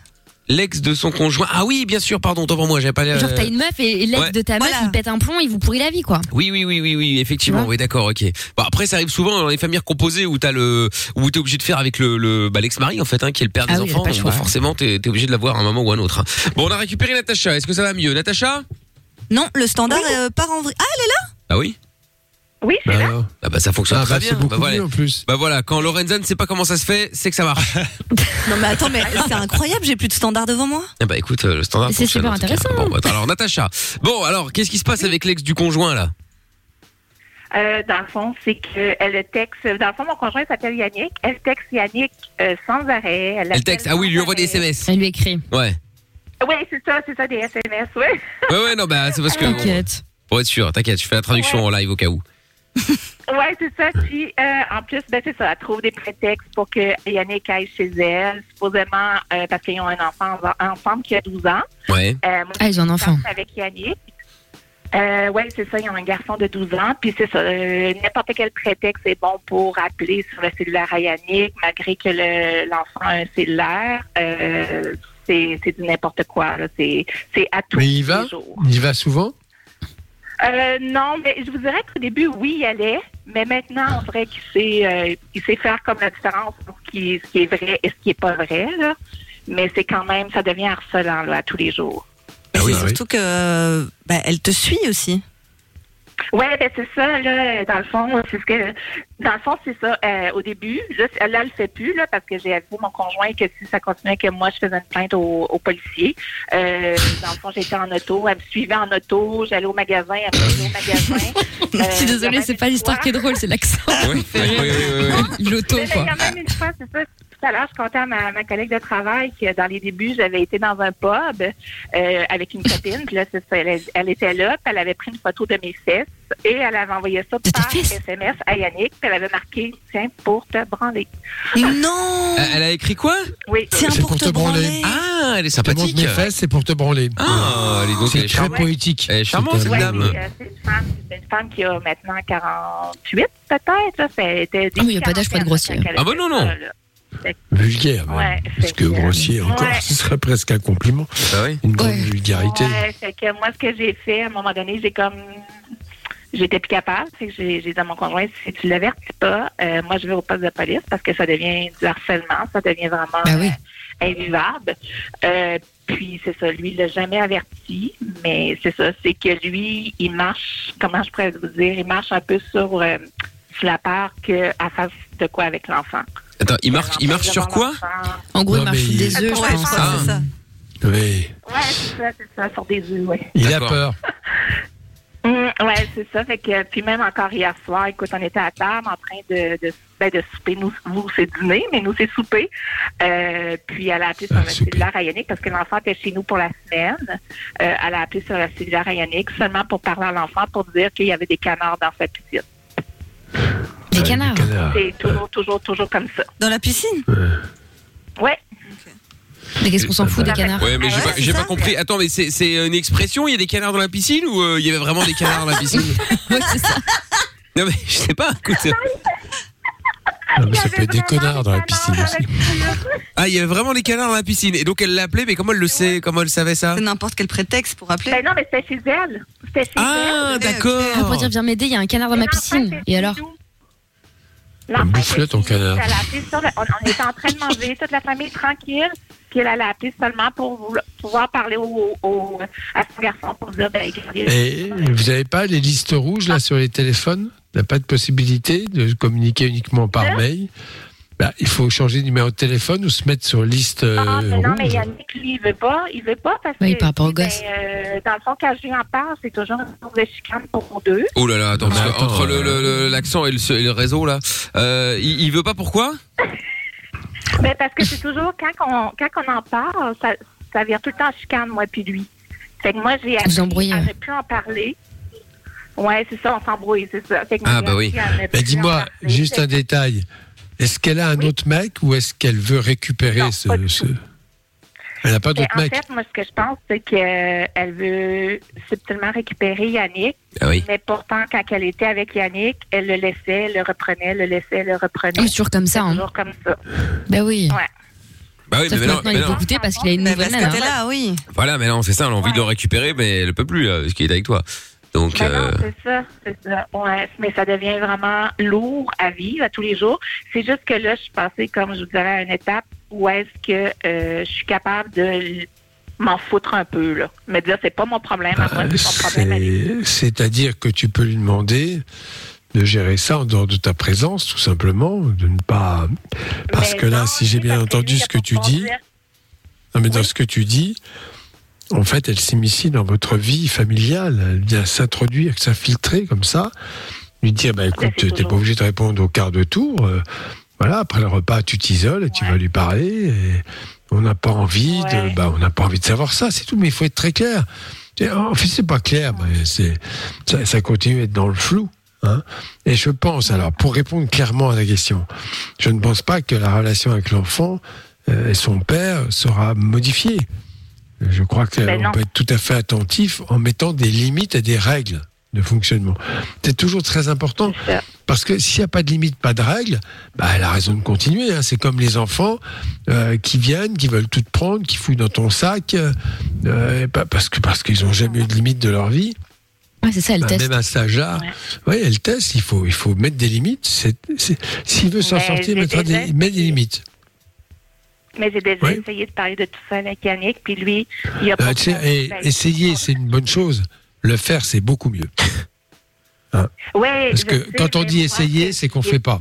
S2: L'ex de son conjoint. Ah oui, bien sûr, pardon, tant pour moi, j'avais pas. euh,
S4: Genre t'as une meuf et, et l'ex
S2: ouais.
S4: de ta meuf
S5: Voilà.
S4: il pète un plomb, il vous pourrit la vie quoi.
S2: Oui, oui, oui, oui, oui, effectivement,
S4: Tu vois
S2: oui, d'accord, ok. Bon, après, ça arrive souvent dans les familles composées où t'as le, où t'es obligé de faire avec le, le bah, l'ex-mari, en fait, hein, qui est le père
S4: Ah
S2: des
S4: oui, il a
S2: enfants.
S4: pas le choix,
S2: Bon,
S4: ouais.
S2: forcément, t'es, t'es obligé de l'avoir à un moment ou à un autre. hein. Bon, on a récupéré Natacha. Est-ce que ça va mieux, Natacha?
S5: Non, le standard euh, part en vrille. Ah, elle est là
S2: Ah oui?
S10: Oui, c'est
S3: Bah
S10: là.
S3: alors.
S2: Ah bah, ça fonctionne
S3: Ah,
S2: très
S3: bah,
S2: bien.
S3: c'est beaucoup
S2: Bah, voilà.
S3: mieux en plus.
S2: Bah voilà, quand Lorenza ne sait pas comment ça se fait, c'est que ça marche.
S5: Non, mais attends, mais c'est incroyable, j'ai plus de standard devant moi.
S2: Eh bah écoute, euh, le standard.
S4: C'est
S2: fonctionne,
S4: super
S2: en tout cas.
S4: intéressant.
S2: Bon, bah, attends, alors Natacha. Bon, alors qu'est-ce qui se passe avec l'ex du conjoint là
S10: Euh, dans le fond, c'est qu'elle texte. euh, Dans le fond, mon conjoint s'appelle Yannick. Elle texte Yannick euh, sans arrêt. Elle,
S2: Elle texte. Ah oui, il lui envoie des SMS.
S4: Elle lui écrit.
S2: Ouais.
S10: Oui, c'est ça, c'est ça, des SMS, oui.
S2: Ouais, ouais, non, bah c'est parce que.
S4: T'inquiète.
S2: Pour être sûr, t'inquiète, je fais la traduction
S10: Ouais.
S2: en live au cas où.
S10: Oui, c'est ça. Puis, euh, en plus, ben, c'est ça. Elle trouve des prétextes pour que Yannick aille chez elle, supposément euh, parce qu'ils ont un enfant ensemble qui a 12 ans.
S2: Ouais.
S3: Eh?
S10: Euh, moi,
S4: Ah ils ont un
S10: je
S4: enfant.
S10: parle avec Yannick. Euh, oui, c'est ça. Ils ont un garçon de 12 ans. Puis, c'est ça. euh, N'importe quel prétexte est bon pour appeler sur le cellulaire à Yannick, malgré que le- l'enfant a un cellulaire. Euh, c'est c'est du n'importe quoi. là. C'est c'est à tous
S3: Mais il va
S10: les jours.
S3: Il y va souvent
S10: Euh, non, mais je vous dirais qu'au début, oui, il allait. Mais maintenant, on dirait qu'il sait, euh, il sait faire comme la différence entre ce qui, ce qui est vrai et ce qui est pas vrai. Là. Mais c'est quand même, ça devient harcelant là, à tous les jours.
S5: Mais
S2: Ah
S3: oui,
S5: c'est
S3: bah oui.
S5: surtout que euh, bah, elle te suit aussi.
S10: Oui, ben c'est ça, là, dans le fond, c'est ce que dans le fond, c'est ça. euh, au début, là, c'est- là, elle le fait plus, là, parce que j'ai avisé mon conjoint que si ça continuait que moi, je faisais une plainte au, au policier. Euh, dans le fond, j'étais en auto, elle me suivait en auto, j'allais au magasin, elle me suivait au magasin.
S4: Je suis désolée, c'est pas l'histoire qui est
S10: drôle.
S4: drôle, c'est l'accent.
S2: Ouais, ouais, ouais, ouais, ouais.
S4: L'auto
S10: Mais
S4: quoi.
S10: Il y a même une fois, c'est ça. Tout à l'heure, je comptais à ma, ma collègue de travail que dans les débuts, j'avais été dans un pub euh, avec une copine. Puis là, c'est ça, elle, elle était là, puis elle avait pris une photo de mes fesses et elle avait envoyé ça
S4: De tes
S10: par
S4: fesses?
S10: SMS à Yannick. Puis elle avait marqué Tiens, pour te branler.
S5: Non
S2: Elle a écrit quoi
S10: Oui.
S5: C'est un
S3: C'est
S5: pour, te branler.
S2: Ah, elle est
S3: Te montre
S2: sympathique.
S3: mes fesses, c'est pour te branler.
S2: Ah, elle est donc elle
S3: c'est
S2: est
S3: très
S2: charmante.
S3: poétique.
S2: Elle est charmante,
S3: C'est
S2: cette
S10: Ouais,
S3: un-
S2: dame.
S10: c'est, euh, c'est une femme, c'est une femme qui a maintenant 48, peut-être. Là. Ça était
S4: Ah oui, il y a pas d'âge pour être grossier.
S2: Ah bon, non, non. Eh ben,
S3: Vulgaire, même.
S10: Ouais,
S3: parce que
S10: c'est-
S3: grossier encore,
S10: Ouais.
S3: ce serait presque un compliment.
S2: Bah oui.
S3: Une grande
S4: Ouais.
S3: vulgarité.
S10: Ouais, fait que moi, ce que j'ai fait, à un moment donné, j'ai comme. J'étais plus capable. Fait que j'ai j'ai dit à mon conjoint si tu l'avertis pas, euh, moi, je vais au poste de police parce que ça devient du harcèlement. Ça devient vraiment
S4: Ben oui.
S10: euh, invivable. Euh, puis, c'est ça. Lui, il l'a jamais averti. Mais c'est ça. C'est que lui, il marche. Comment je pourrais vous dire Il marche un peu sur. euh, sur la part qu'elle fasse de quoi avec l'enfant.
S2: Attends, il marche, il
S10: L'enfant,
S2: marche sur
S10: devant
S2: quoi Ah.
S10: l'enfant.
S4: En gros,
S3: Non,
S4: il marche
S3: mais
S4: sur
S3: il-
S4: des œufs, je pense.
S5: Ouais, je pense que c'est ça.
S3: Oui.
S10: Ouais, c'est ça, c'est ça, sur des yeux, ouais.
S3: Il a
S2: D'accord.
S3: peur.
S10: Mm, ouais, c'est ça. Fait que, puis même encore hier soir, écoute, on était à table en train de, de, ben, de souper. Nous, vous, c'est dîner, mais nous, c'est souper. Euh, puis elle a appelé sur
S3: Ah,
S10: le
S3: souper.
S10: cellulaire à Yannick parce que l'enfant était chez nous pour la semaine. Euh, elle a appelé sur le cellulaire à Yannick seulement pour parler à l'enfant pour dire qu'il y avait des canards dans sa piscine.
S4: Des
S3: Ouais,
S4: canards.
S10: C'est toujours, toujours, toujours comme ça.
S5: Dans la piscine
S10: Ouais.
S4: Mais qu'est-ce qu'on
S2: Euh,
S4: s'en fout des canards
S2: Ouais, mais j'ai
S5: Ah ouais,
S2: pas, j'ai
S5: c'est
S2: pas
S5: ça
S2: compris. Attends, mais c'est, c'est une expression. Il y a des canards dans la piscine ou euh, il y avait vraiment des canards dans la piscine
S4: Ouais, c'est ça.
S2: Non mais je sais pas. écoute.
S5: Ah,
S3: Non, Ah, mais ça peut être des connards dans la piscine aussi.
S2: Ah, il y avait vraiment des canards dans la piscine. Et donc elle l'a appelé, mais comment elle le sait Comment elle savait ça
S5: C'est n'importe quel prétexte pour appeler.
S10: Ben non, mais c'était chez elle. C'était chez elle.
S2: Ah,
S5: ok.
S4: Ah, pour
S2: d'accord.
S4: dire viens m'aider, il y a un canard dans ma
S10: L'enfant,
S4: piscine.
S10: c'est
S4: Et
S10: chez
S4: alors
S10: nous. L'enfant,
S3: Bouffe-le,
S10: c'est
S3: ton
S10: chez nous.
S3: canard.
S10: Elle a appelé sur le- on, on était en train de manger, toute la famille tranquille. Puis elle, elle a appelé seulement pour vouloir- pouvoir parler au, au- à son garçon pour dire, ben, regardez,
S3: Et vous n'avez pas les listes rouges là sur les téléphones Il n'y a pas de possibilité de communiquer uniquement
S10: Hein?
S3: par mail Bah, Il faut changer de numéro de téléphone ou se mettre sur liste euh,
S10: Ah, mais non, mais
S3: rouge.
S10: Yannick, lui, il veut pas. Il veut pas parce
S4: Oui,
S10: que.
S4: par rapport au
S10: ben,
S4: gosse.
S10: euh, dans le fond, quand je lui en parle, c'est toujours une sorte de chicane pour deux.
S2: Oh là là, attends,
S3: Mais
S2: parce que
S3: attends,
S2: entre le-
S3: euh,
S2: le- le- l'accent et, le, et le réseau là, euh, il, il veut pas pourquoi
S10: Mais parce que c'est toujours quand on, quand on en parle, ça, ça vient tout le temps en chicane, moi puis lui. Fait que moi, j'ai
S4: Vous
S10: appris
S4: embrouillez,
S10: à
S4: ouais.
S10: ne plus en parler. Ouais, c'est ça, on s'embrouille, c'est ça. Fait que
S2: Ah,
S10: j'ai
S2: bah oui.
S10: appris à ne
S3: Bah,
S10: plus en
S3: Dis-moi
S10: parler.
S3: juste un détail. Est-ce qu'elle a un
S10: Oui.
S3: autre mec ou est-ce qu'elle veut récupérer
S10: Non,
S3: ce,
S10: pas du
S3: ce- Elle n'a pas
S10: Ben,
S3: d'autre
S10: en
S3: mec.
S10: fait, moi, ce que je pense, c'est qu'elle veut subtilement récupérer Yannick,
S2: Ah oui.
S10: mais pourtant, quand elle était avec Yannick, elle le laissait, elle le reprenait, le laissait, le reprenait.
S4: Ah, mais c'est toujours comme ça.
S10: C'est
S4: Hein.
S10: toujours comme ça.
S4: Bah oui.
S10: Ouais.
S2: Bah oui,
S4: Sauf
S2: mais
S4: que
S2: maintenant,
S4: maintenant, il est
S2: maintenant-
S4: dégoûté parce qu'il a une
S5: Mais
S4: nouvelle
S5: parce que
S4: nana.
S5: t'es là, oui.
S2: Voilà, mais non, c'est ça, elle a envie de le récupérer, mais elle peut plus, là, parce qu'il est avec toi. Donc,
S5: Bah
S10: Ben non,
S2: euh,
S10: c'est ça, c'est ça. Ouais, mais ça devient vraiment lourd à vivre à tous les jours. C'est juste que là, je suis passée, comme je vous dirais, à une étape où est-ce que euh, je suis capable de l- m'en foutre un peu, là. Me dire, c'est pas mon problème, à
S3: Euh,
S10: moi, c'est son problème à lui.
S3: C'est- C'est-à-dire que tu peux lui demander de gérer ça en dehors de ta présence, tout simplement, de ne pas. Parce
S10: Mais
S3: que là,
S10: non,
S3: si j'ai
S10: tu sais,
S3: bien
S10: parce que
S3: entendu
S10: lui,
S3: ce
S10: il
S3: que
S10: va
S3: tu
S10: pouvoir
S3: dis,
S10: dire,
S3: non, mais dans ce que tu dis, en fait, elle s'immiscie dans votre vie familiale, elle vient s'introduire, s'infiltrer comme ça, lui dire, bah écoute,
S10: c'est
S3: t'es
S10: toujours.
S3: pas obligé de répondre au quart de tour. euh, voilà, après le repas, tu t'isoles et tu
S10: Ouais.
S3: vas lui parler. et on n'a pas envie
S10: Ouais.
S3: de, bah, on n'a pas envie de savoir ça, c'est tout. Mais il faut être très clair. Et En fait, c'est pas clair. bah, c'est ça, ça continue à être dans le flou. hein. Et je pense, alors, pour répondre clairement à la question, je ne pense pas que la relation avec l'enfant euh, et son père sera modifiée. Je crois qu'on
S10: Ben non.
S3: peut être tout à fait attentif en mettant des limites et des règles de fonctionnement. C'est toujours très important
S10: c'est ça.
S3: parce que s'il n'y a pas de limite, pas de règles, bah, elle a raison de continuer. hein. C'est comme les enfants euh, qui viennent, qui veulent tout prendre, qui fouillent dans ton sac, euh, euh, bah, parce que parce qu'ils n'ont jamais eu de limite de leur vie.
S4: Ouais, c'est ça, elle
S3: Bah,
S4: teste.
S3: même un stagiaire,
S10: Ouais.
S3: ouais, elle teste. Il faut il faut mettre des limites. C'est- c'est- S'il veut s'en
S10: Mais
S3: sortir, il
S10: j'ai
S3: mettra
S10: déjà
S3: des, il met des limites.
S10: Mais j'ai déjà
S3: Ouais.
S10: essayé de parler de tout ça avec Yannick, puis lui, il a
S3: Euh,
S10: pas...
S3: tu sais, et- essayer, c'est une bonne chose. Le faire, c'est beaucoup mieux.
S10: Ouais,
S3: Parce
S10: je
S3: que
S10: sais,
S3: quand on
S10: mais
S3: dit
S10: moi,
S3: essayer, c'est qu'on
S10: il-
S3: fait pas.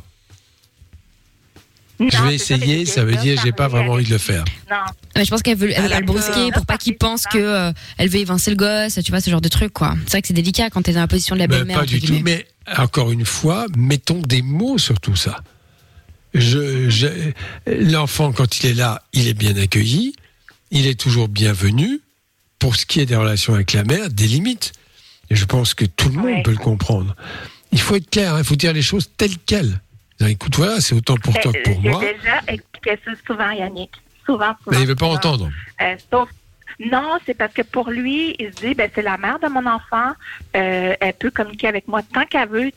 S10: Non,
S3: Je vais
S10: c'est mais
S3: essayer,
S10: j'ai
S3: ça veut
S10: déjà
S3: dire j'ai pas
S10: parlé
S3: vraiment envie de le faire.
S10: avec- Non,
S4: Mais je pense qu'elle veut, elle veut
S5: Elle a
S4: pas le
S5: peur.
S4: brusquer pour pas qu'il pense que euh, elle veut évincer le gosse, tu vois, ce genre de truc, quoi. C'est vrai que c'est délicat quand t'es dans la position de la
S3: Ben,
S4: belle-mère.
S3: pas
S4: Eh entre
S3: du tout,
S4: guillemets.
S3: mais encore une fois, mettons des mots sur tout ça. Je, je- L'enfant, quand il est là, il est bien accueilli, il est toujours bienvenu. Pour ce qui est des relations avec la mère, des limites. Et je pense que tout le monde
S10: Ouais.
S3: peut le comprendre. Il faut être clair, hein, il faut dire les choses telles quelles. Dire, écoute, voilà, c'est autant pour toi que pour
S10: Ben, J'ai
S3: moi,
S10: déjà expliqué ça souvent, Yannick. Souvent, souvent.
S3: mais il ne veut pas
S10: souvent.
S3: entendre.
S10: Euh, sauf- non, c'est parce que pour lui, il se dit, ben, c'est la mère de mon enfant. Euh, elle peut communiquer avec moi tant qu'elle veut,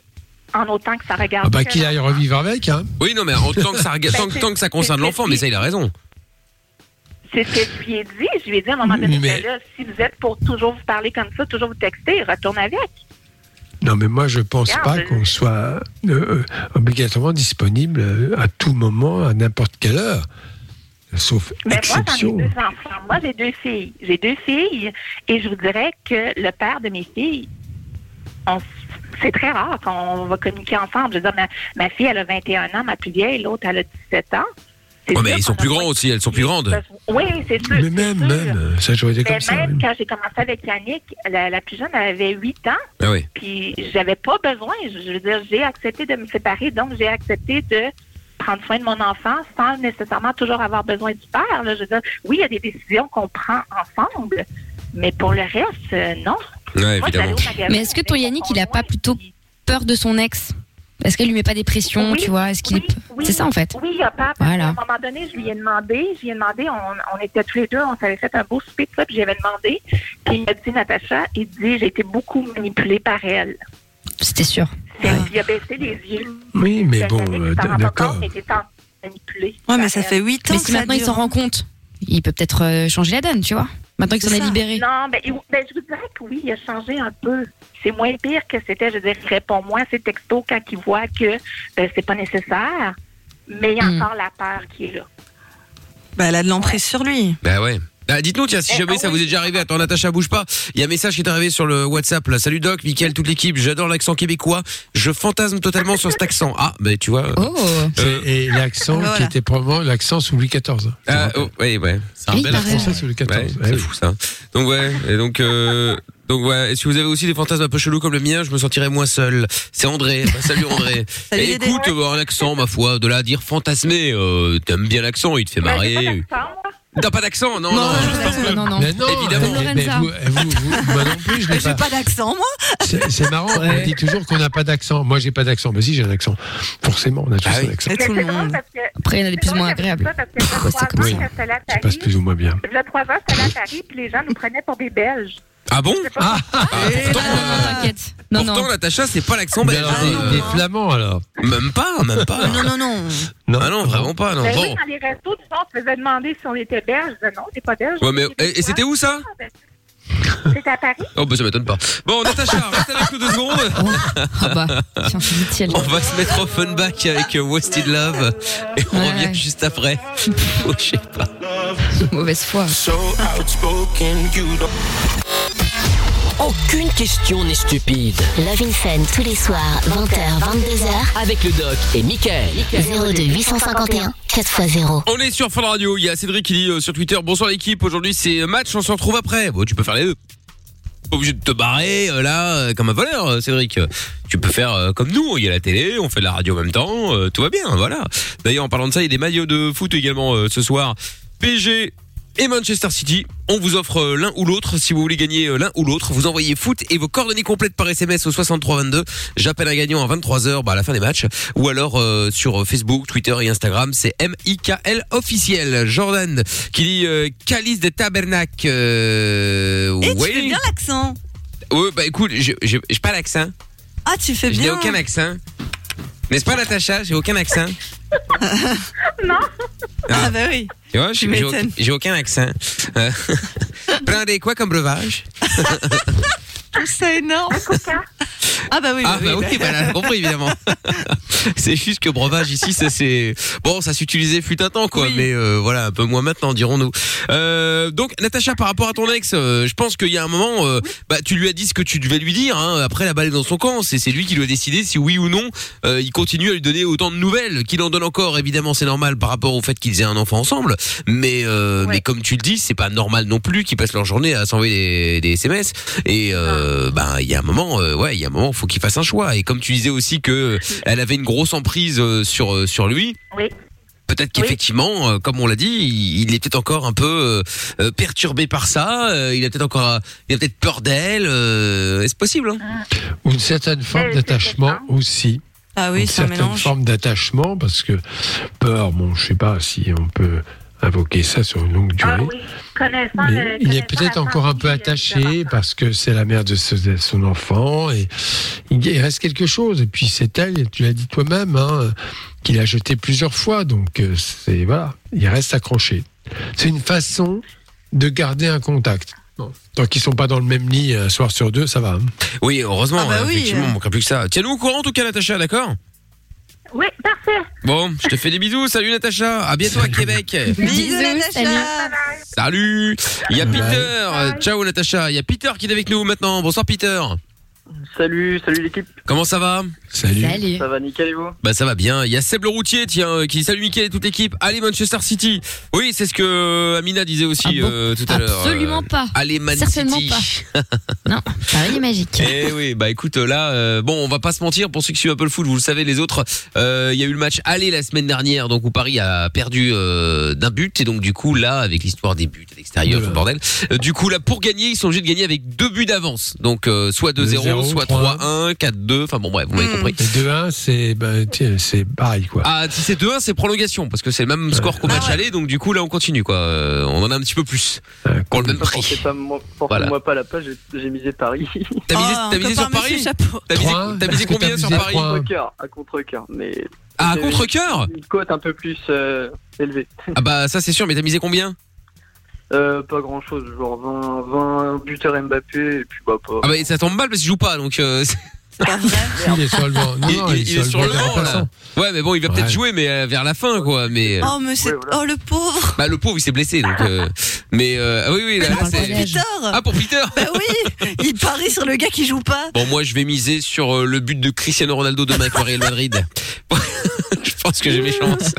S10: en autant que ça regarde.
S3: Ah bah,
S10: que
S3: qu'il aille revivre avec, hein.
S2: oui, non, mais en euh, tant que ça, rega-
S5: Bah,
S10: Ben,
S2: tant, que- tant que ça concerne l'enfant, mais ça, il a raison.
S10: C'est ce que je lui ai dit. Je lui ai dit à un moment donné,
S3: Mais-
S10: ben là, si vous êtes pour toujours vous parler comme ça, toujours vous texter, retourne avec.
S3: Non, mais moi, je pense
S10: Regarde,
S3: pas
S10: euh,
S3: qu'on soit euh, euh, obligatoirement disponible euh, à tout moment, à n'importe quelle heure. Sauf
S10: Mais moi, j'en ai
S3: exception.
S10: deux enfants. Moi, j'ai deux filles. J'ai deux filles et je vous dirais que le père de mes filles, on s- c'est très rare qu'on va communiquer ensemble. Je veux dire, ma, ma fille, elle a 21 ans, ma plus vieille, l'autre, elle a 17 ans. C'est
S2: Ouais, mais
S10: sûr
S2: ils sont
S10: qu'on a
S2: plus
S10: pas-
S2: grands aussi, elles sont plus grandes.
S10: Oui, c'est sûr.
S3: mais
S10: c'est
S3: même,
S10: sûr.
S3: même, euh, ça j'aurais été
S10: Mais
S3: comme ça.
S10: même
S3: même.
S10: quand j'ai commencé avec Yannick, la, la plus jeune, elle avait 8 ans,
S2: Ah oui.
S10: puis j'avais pas besoin. Je je veux dire, j'ai accepté de me séparer, donc j'ai accepté de prendre soin de mon enfant sans nécessairement toujours avoir besoin du père. là. Je veux dire, oui, il y a des décisions qu'on prend ensemble, mais pour le reste, euh, non.
S2: Ouais,
S10: Moi, j'allais
S2: évidemment.
S10: au magasin
S4: Mais est-ce que
S10: avec
S4: ton
S10: mon
S4: Yannick, il a pas
S10: conjoint,
S4: plutôt
S10: puis-
S4: Peur de son ex. Est-ce qu'elle lui met pas des pressions,
S10: Oui,
S4: tu vois Est-ce qu'il est...
S10: oui, oui.
S4: C'est ça en fait.
S10: Oui, il y a pas. parce
S4: Voilà.
S10: qu'à un moment donné, je lui ai demandé, je lui ai demandé, on, on était tous les deux, on s'avait fait un beau souper, tout ça, puis j'avais demandé, puis il m'a dit, Natacha, il dit, j'ai été beaucoup manipulée par elle.
S4: Ah. C'était sûr.
S10: Fait qu'il a baissé les yeux.
S3: Oui, mais bon,
S10: Je savais que
S3: euh,
S10: tu t'en rends
S3: d-
S10: pas
S3: d'accord.
S10: compte, mais t'es tant manipulé
S5: Ouais, mais
S10: par
S5: ça
S10: elle.
S5: fait 8 ans
S4: Mais
S5: que
S4: si
S5: ça
S4: maintenant il
S5: dure.
S4: s'en rend compte, il peut peut-être euh, changer la donne, tu vois. Maintenant qu'il s'en
S5: C'est
S4: est
S5: ça.
S4: libéré.
S10: Non, ben, il- ben, je vous dirais que oui, il a changé un peu. C'est moins pire que c'était, je veux dire, il répond moins à ses textos quand il voit que euh, c'est pas nécessaire, mais il y a
S4: Hmm.
S10: encore la peur qui est là.
S5: Bah, elle a de l'emprise sur lui.
S2: Bah ouais. Ah, Dites-nous, tiens, si
S10: Eh,
S2: jamais
S10: ah
S2: ça
S10: oui.
S2: vous est déjà arrivé, attends, Natacha, bouge pas. Il y a un message qui est arrivé sur le WhatsApp, là. Salut Doc, Mickaël, toute l'équipe, j'adore l'accent québécois. Je fantasme totalement sur cet accent. Ah, bah tu vois.
S4: Oh
S3: C'est-
S2: Euh,
S3: Et l'accent
S5: Voilà.
S3: qui était probablement l'accent sous Louis XIV. hein.
S2: Ah, oh, ouais, ouais. C'est
S4: Oui, t'as raison.
S3: C'est ça, sous Louis XIV.
S2: Ouais,
S3: ouais,
S2: c'est
S3: oui.
S2: fou ça. Donc ouais, et donc euh, donc ouais, et si vous avez aussi des fantasmes un peu chelous comme le mien, je me sentirais moins seul. C'est André. Bah, salut André.
S5: Salut,
S2: et
S5: Dédé.
S2: écoute, euh, un accent ma foi, de là à dire fantasmer, euh, t'aimes bien l'accent, il te fait
S10: Ben, j'ai pas
S2: marrer.
S10: d'accent, moi.
S2: T'as pas d'accent, non, non.
S4: Non, non, non, non.
S3: Mais non,
S2: Évidemment.
S3: mais- mais
S4: Lorenza.
S3: vous, vous- vous- moi non plus, je n'ai
S5: J'ai
S3: pas.
S5: pas d'accent, moi.
S3: C'est c'est marrant, on dit toujours qu'on n'a pas d'accent. Moi, j'ai pas d'accent. Mais si, j'ai un accent. Forcément, on a tous
S2: Ah oui.
S3: un accent.
S5: Et tout
S10: Mais
S5: le
S10: c'est drôle
S5: monde.
S10: parce que-
S4: Après, il y en a des
S10: c'est
S4: plus ou
S10: drôle
S4: moins
S10: que je dis
S4: agréables.
S10: ça parce que je
S4: Pourquoi c'est
S10: crois
S4: comme
S10: vraiment
S3: ça
S10: que c'est la
S3: Ça passe
S10: Paris.
S3: plus ou moins bien.
S10: Il y a trois ans, j'étais allée à Paris, puis les gens nous prenaient pour des Belges.
S2: Ah bon Ah, pourtant,
S4: Ah, T'inquiète. Non, non.
S2: pourtant, Natacha, c'est pas l'accent
S3: Mais
S2: belge.
S3: alors,
S2: hein.
S3: des, des flamands alors
S2: Même pas, même
S10: Ah,
S2: pas.
S5: Non, non, non.
S3: Non,
S2: Ah non, vraiment pas, non.
S10: Ben oui,
S2: Bon.
S10: dans les restos, tu sais, on se faisait demander si on était belge. Je disais, non, t'es pas belge.
S2: Ouais, mais, et, et c'était où ça
S10: C'était à Paris.
S2: Oh, bah ça m'étonne pas. Bon, Natacha, reste avec nous deux secondes.
S4: Ah bah, tiens, c'est nickel.
S2: On va se mettre au fun back avec euh, Wasted Love et on
S4: Ouais.
S2: revient juste après. Oh, je sais pas.
S4: Mauvaise foi.
S1: Aucune question n'est stupide.
S7: Love in Fun tous les soirs, 20h, 22h,
S1: Avec le doc et Michael.
S7: 02 851 4x0.
S2: On est sur Fun Radio, il y a Cédric qui dit euh, sur Twitter Bonsoir l'équipe, aujourd'hui c'est match, on se retrouve après. Bon, tu peux faire les deux. Pas obligé de te barrer euh, là euh, comme un voleur, euh, Cédric. Euh, Tu peux faire euh, comme nous, il y a la télé, on fait de la radio en même temps, euh, tout va bien, voilà. D'ailleurs, en parlant de ça, il y a des maillots de foot également euh, ce soir. PG et Manchester City. On vous offre euh, l'un ou l'autre. Si vous voulez gagner euh, l'un ou l'autre, vous envoyez foot et vos coordonnées complètes par SMS au 6322. J'appelle un gagnant à 23h bah, à la fin des matchs. Ou alors euh, sur euh, Facebook, Twitter et Instagram, c'est MIKL officiel. Jordan qui dit euh, Calice de Tabernac. Euh,
S5: Et tu
S2: ouais.
S5: fais bien l'accent.
S2: Ouais, bah écoute, j'ai j'ai- j'ai pas l'accent.
S5: Ah, tu fais
S2: Je n'ai
S5: bien.
S2: aucun accent. N'est-ce pas, Natacha J'ai aucun accent.
S5: Ah, bah oui.
S2: Tu vois, j'ai
S5: Tu
S2: j'ai au-
S5: m'étonnes.
S2: j'ai aucun accent. Euh, Prendez quoi comme breuvage
S5: Je trouve ça énorme. Ah, bah oui.
S2: Ah bah
S5: oui,
S2: oui, bah, elle a compris évidemment. c'est juste que breuvage ici, ça c'est bon, ça s'utilisait fut un temps quoi, mais euh, voilà un peu moins maintenant dirons-nous. Euh, donc Natacha, par rapport à ton ex, euh, je pense qu'il y a un moment, euh, bah tu lui as dit ce que tu devais lui dire. Hein, après la balle est dans son camp, c'est c'est lui qui doit décider si oui ou non euh, il continue à lui donner autant de nouvelles qu'il en donne encore. Évidemment, c'est normal par rapport au fait qu'ils aient un enfant ensemble, mais euh,
S10: Ouais.
S2: mais comme tu le dis, c'est pas normal non plus qu'ils passent leur journée à s'envoyer des, des SMS. Et
S10: Ah.
S2: euh, ben il y a un moment, euh, ouais, il y a un moment, faut qu'il fasse un choix. Et comme tu disais aussi que elle avait une grosse emprise euh, sur euh, sur lui.
S10: Oui.
S2: Peut-être qu'effectivement, euh, comme on l'a dit, il, il est peut-être encore un peu euh, euh, perturbé par ça. euh, il a peut-être encore, euh, il a peut-être peur d'elle. euh, Est-ce possible hein
S10: Ah.
S3: Ou une certaine forme
S10: c'est
S3: d'attachement
S10: certain.
S3: aussi.
S5: Ah oui,
S3: une
S5: c'est un
S3: certaine
S5: mélange.
S3: forme d'attachement parce que peur, bon, je sais pas si on peut invoquer ça sur une longue durée.
S10: Ah oui, euh,
S3: Mais
S10: connaissant
S3: il
S10: le-
S3: est
S10: connaissant
S3: peut-être
S10: la
S3: encore un peu
S10: famille,
S3: attaché
S10: justement.
S3: parce que c'est la mère de, ce- de son enfant et il il reste quelque chose. Et puis c'est elle, tu l'as dit toi-même, hein, qu'il a jeté plusieurs fois. Donc euh, c'est voilà, il reste accroché. C'est une façon de garder un contact. Bon, Tant qu'ils sont pas dans le même lit euh, un soir sur deux, ça va. hein.
S2: Oui, heureusement.
S5: Ah bah
S2: hein,
S5: oui,
S2: effectivement,
S5: euh.
S2: on manquera plus que ça. Tiens-nous au courant en tout cas, Natacha, d'accord
S10: Oui, parfait.
S2: Bon, je te fais des bisous. Salut Natacha. À bientôt à Québec.
S5: Bisous,
S4: Bisous,
S5: Natacha.
S4: salut.
S2: Salut. Il y a
S3: Bye.
S2: Peter. Ciao Natacha. Il y a Peter qui est avec nous maintenant. Bonsoir Peter.
S6: Salut, salut l'équipe.
S2: Comment ça va
S3: Salut.
S4: Salut.
S6: Ça va nickel et vous
S2: Bah ça va bien. Il y a Seb le routier, tiens, euh, qui dit salut Mickaël et toute l'équipe. Allez Manchester City. Oui, c'est ce que euh, Amina disait aussi
S4: Ah bon
S2: euh, tout à l'heure.
S4: Absolument
S2: Euh,
S4: pas.
S2: Allez Man
S4: Certainement
S2: City.
S4: pas. Non, Paris est magique.
S2: Eh oui, bah écoute, là, euh, bon, on va pas se mentir, pour ceux qui suivent un peu le foot, vous le savez, les autres, euh, il y a eu le match aller la semaine dernière, donc où Paris a perdu euh, d'un but, et donc du coup, là, avec l'histoire des buts à l'extérieur,
S3: Voilà.
S2: ce bordel, euh, du coup, là, pour gagner, ils sont obligés de gagner avec deux buts d'avance, donc euh, soit 2-0,
S3: 2-0,
S2: soit 3-1, 4-2, enfin bon, bref, vous m'avez
S5: Mm.
S2: compris.
S3: Et 2-1, c'est ben, tiens, c'est pareil quoi.
S2: Ah, si c'est 2-1, c'est prolongation, parce que c'est le même score qu'au
S5: Ah
S2: match
S5: ouais.
S2: aller, donc du coup, là, on continue, quoi. Euh, on en a un petit peu plus,
S3: Ouais,
S2: pour le même prix.
S6: Portez-moi
S2: Voilà.
S6: pas la page, j'ai- j'ai misé Paris.
S2: T'as misé,
S5: Oh,
S2: t'as
S5: on
S2: misé
S5: peut
S2: sur
S5: pas, monsieur
S2: Paris
S5: Chapeau.
S2: T'as misé,
S3: Trois.
S2: t'as
S3: Est-ce
S2: misé
S3: que t'as
S2: combien sur
S3: misé
S2: Paris
S3: trois
S6: À contre-cœur, à contre-cœur, mais
S2: Ah, à contre-cœur
S6: une cote un peu plus euh, élevée.
S2: Ah bah, ça, c'est sûr, mais t'as misé combien
S6: Euh, pas grand-chose, genre 20, 20 buteurs Mbappé, et puis bah pas...
S2: Ah bah ça tombe mal parce qu'il joue pas donc euh,
S5: Pas vrai.
S3: Si, il est sur le banc. Non,
S2: Il-
S3: non,
S2: Ah, il- il est sur le
S3: des
S2: banc, là.
S3: remplaçants.
S2: ouais mais bon il va peut-être
S3: Ouais.
S2: jouer mais euh, vers la fin quoi mais euh,
S5: Oh, mais c'est.
S6: Ouais, voilà.
S5: Oh, le pauvre.
S2: bah le pauvre il s'est blessé donc euh, mais euh, ah oui oui là, là,
S4: Dans le
S2: c'est
S4: collège.
S5: Peter.
S2: ah pour Peter
S5: Bah oui, il parie sur le gars qui joue pas.
S2: bon moi je vais miser sur euh, le but de Cristiano Ronaldo demain avec le Real Madrid je pense que j'ai mes chances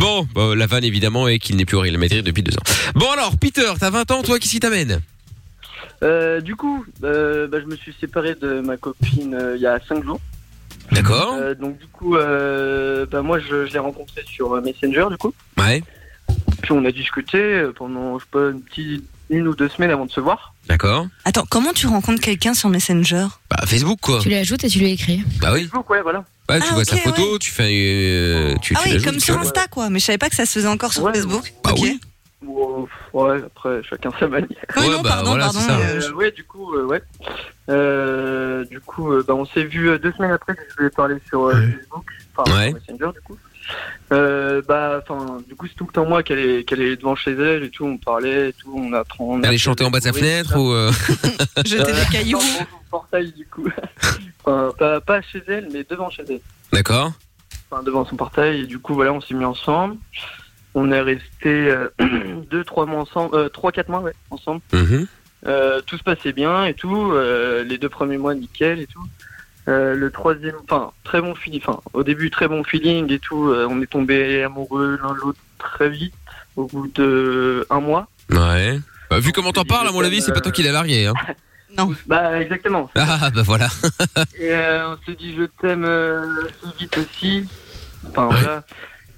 S2: bon bah, la vanne évidemment est qu'il n'est plus au Real Madrid depuis deux ans bon alors Peter t'as 20 ans toi qu'est-ce qui t'amène
S6: Euh, du coup, euh, bah, je me suis séparé de ma copine euh, il y a 5 jours.
S2: d'accord
S6: Euh, donc du coup, euh, bah, moi je, je l'ai rencontrée sur euh, Messenger du coup.
S2: ouais
S6: Puis on a discuté euh, pendant je sais pas, une, petite, une ou deux semaines avant de se voir.
S2: d'accord
S5: Attends, comment tu rencontres quelqu'un sur Messenger
S2: bah Facebook quoi
S4: Tu lui ajoutes et tu lui écris.
S2: bah oui
S6: Facebook, ouais, voilà.
S2: Ouais, tu
S5: Ah,
S2: vois
S5: ok,
S2: sa photo tu fais euh, tu,
S5: Ah
S2: tu
S5: oui,
S2: l'ajoutes,
S5: comme
S2: tu
S5: sur
S2: vois.
S5: Insta quoi, mais je savais pas que ça se faisait encore sur
S6: Ouais.
S5: Facebook.
S2: Bah
S5: ok.
S2: oui.
S6: Bon, ouais, après, chacun sa manière.
S5: Oui,
S2: Ouais,
S5: non,
S2: bah,
S5: pardon,
S2: voilà,
S5: pardon.
S2: c'est ça.
S5: euh,
S6: Euh, ouais, du coup, euh, ouais. Euh, du coup, euh, bah, on s'est vu euh, deux semaines après que je voulais parler sur euh,
S3: Ouais.
S6: Facebook, enfin
S2: Ouais.
S6: sur Messenger, du coup. Euh, bah, enfin, du coup, c'est tout le temps moi qu'elle est, qu'elle est devant chez elle et tout. On parlait et tout, on apprend. on
S2: T'allais
S6: apprend-
S2: chanter en bas de sa
S6: Oui,
S2: fenêtre ou euh,
S5: Jeter des
S6: Non,
S5: cailloux.
S6: bon, portail du coup. Enfin, pas, pas chez elle, mais devant chez elle.
S2: D'accord.
S6: Enfin, devant son portail. Et du coup, voilà, on s'est mis ensemble. On est resté euh, deux, trois mois ensemble, euh, trois, quatre mois, ouais, ensemble.
S2: Mhm.
S6: Euh, tout se passait bien et tout. euh, les deux premiers mois, nickel et tout. Euh, le troisième, enfin, très bon feeling. Enfin, au début, très bon feeling et tout. euh, on est tombé amoureux l'un de l'autre très vite, au bout de un mois.
S2: Ouais. Bah, vu comment t'en parles, à mon avis, c'est pas toi qui l'as largué. Hein.
S5: Non.
S6: euh, Bah, exactement.
S2: Ah bah voilà.
S6: Et euh, on s'est dit, je t'aime euh, si vite aussi. Enfin, voilà.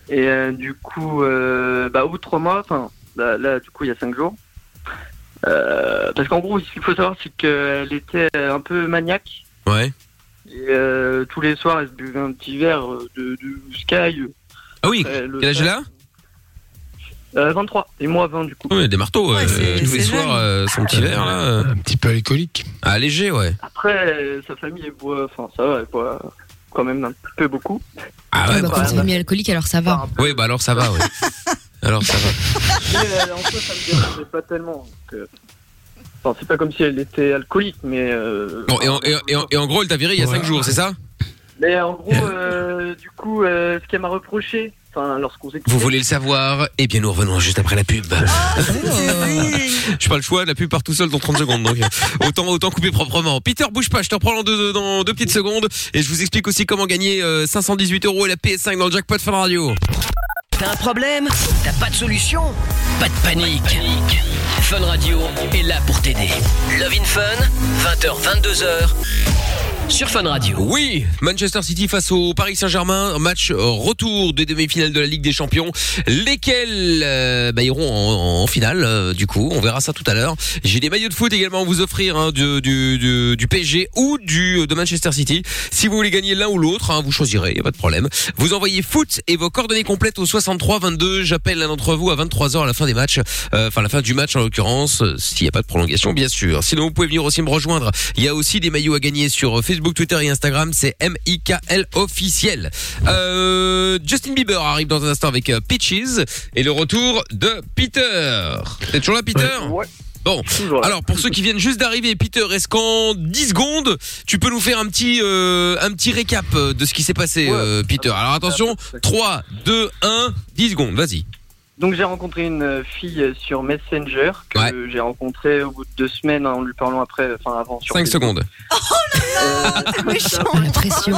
S6: Et euh, du coup, euh, bah, au bout de trois mois, enfin, là, là, du coup, il y a cinq jours. Euh, parce qu'en gros, ce qu'il faut savoir, c'est qu'elle était un peu maniaque.
S2: Ouais.
S6: Et euh, tous les soirs, elle se buvait un petit verre euh, de, de Sky. euh,
S2: Ah oui.
S6: après le-
S2: Quel âge elle a
S6: Euh, 23. Et moi, 20 du coup.
S2: Ouais, des marteaux.
S5: Ouais,
S2: euh,
S5: c'est-
S2: tous les
S5: c'est
S2: soirs,
S5: jeune.
S2: euh, son petit verre là. euh,
S3: Un petit peu alcoolique.
S2: Ah léger, ouais.
S6: Après, euh, sa famille, elle boit. Enfin, ça va, elle boit quand même un petit peu beaucoup.
S2: Ah ouais. bah,
S4: bah, quand
S6: bah,
S4: t'es
S6: bah.
S4: mis alcoolique, alors ça va.
S6: Enfin,
S2: Oui, bah alors ça va. Ouais. Alors ça va.
S6: mais, euh, en
S4: Oh,
S6: soi, ça me dérangeait pas tellement. donc, euh, Enfin, c'est pas comme si elle était alcoolique, mais. euh,
S2: Bon et en, et en- et en- et en gros, elle t'a viré il y a
S3: Ouais.
S2: 5 jours, c'est ça
S6: Mais en gros, euh, du coup, euh, ce qu'elle m'a reproché, enfin, lorsqu'on s'est
S2: Vous
S6: quitté,
S2: voulez le savoir Eh bien, nous revenons juste après la pub.
S5: Vas-y.
S2: Je pas le choix, la pub part tout seul dans 30 secondes, donc euh, autant autant couper proprement. Peter, bouge pas, je te reprends dans deux, dans deux petites secondes et je vous explique aussi comment gagner euh, 518 euros et la PS5 dans le jackpot Fun Radio.
S1: T'as un problème T'as pas de solution Pas de panique. Fun Radio est là pour t'aider. Love in Fun, 20h, 22h, sur Fun Radio.
S2: Oui, Manchester City face au Paris Saint-Germain, match euh, retour des demi-finales de la Ligue des Champions, lesquels euh, bah, iront en, en finale. euh, du coup, on verra ça tout à l'heure. J'ai des maillots de foot également à vous offrir hein, du, du, du, du PSG ou du de Manchester City. Si vous voulez gagner l'un ou l'autre, hein, vous choisirez, y a pas de problème. Vous envoyez foot et vos coordonnées complètes au 63 22. J'appelle l'un d'entre vous à 23h à la fin des matchs, euh, enfin à la fin du match en l'occurrence, euh, s'il n'y a pas de prolongation bien sûr. Sinon vous pouvez venir aussi me rejoindre. Il y a aussi des maillots à gagner sur euh, Facebook, Twitter et Instagram. C'est MIKL officiel. Euh, Justin Bieber arrive dans un instant avec euh, Peaches et le retour de Peter. T'es toujours là Peter
S6: Ouais.
S2: Bon,
S6: toujours là.
S2: alors pour ceux qui viennent juste d'arriver, Peter, est-ce qu'en 10 secondes, tu peux nous faire un petit euh, un petit récap euh, de ce qui s'est passé,
S6: Ouais.
S2: euh, Peter Alors attention, 3, 2, 1, 10 secondes, vas-y.
S6: Donc j'ai rencontré une euh, fille sur Messenger que
S2: Ouais.
S6: j'ai rencontrée au bout de deux semaines hein, en lui parlant après, enfin avant sur.
S2: 5
S6: Facebook.
S2: secondes.
S6: Euh,
S4: Oh, la pression.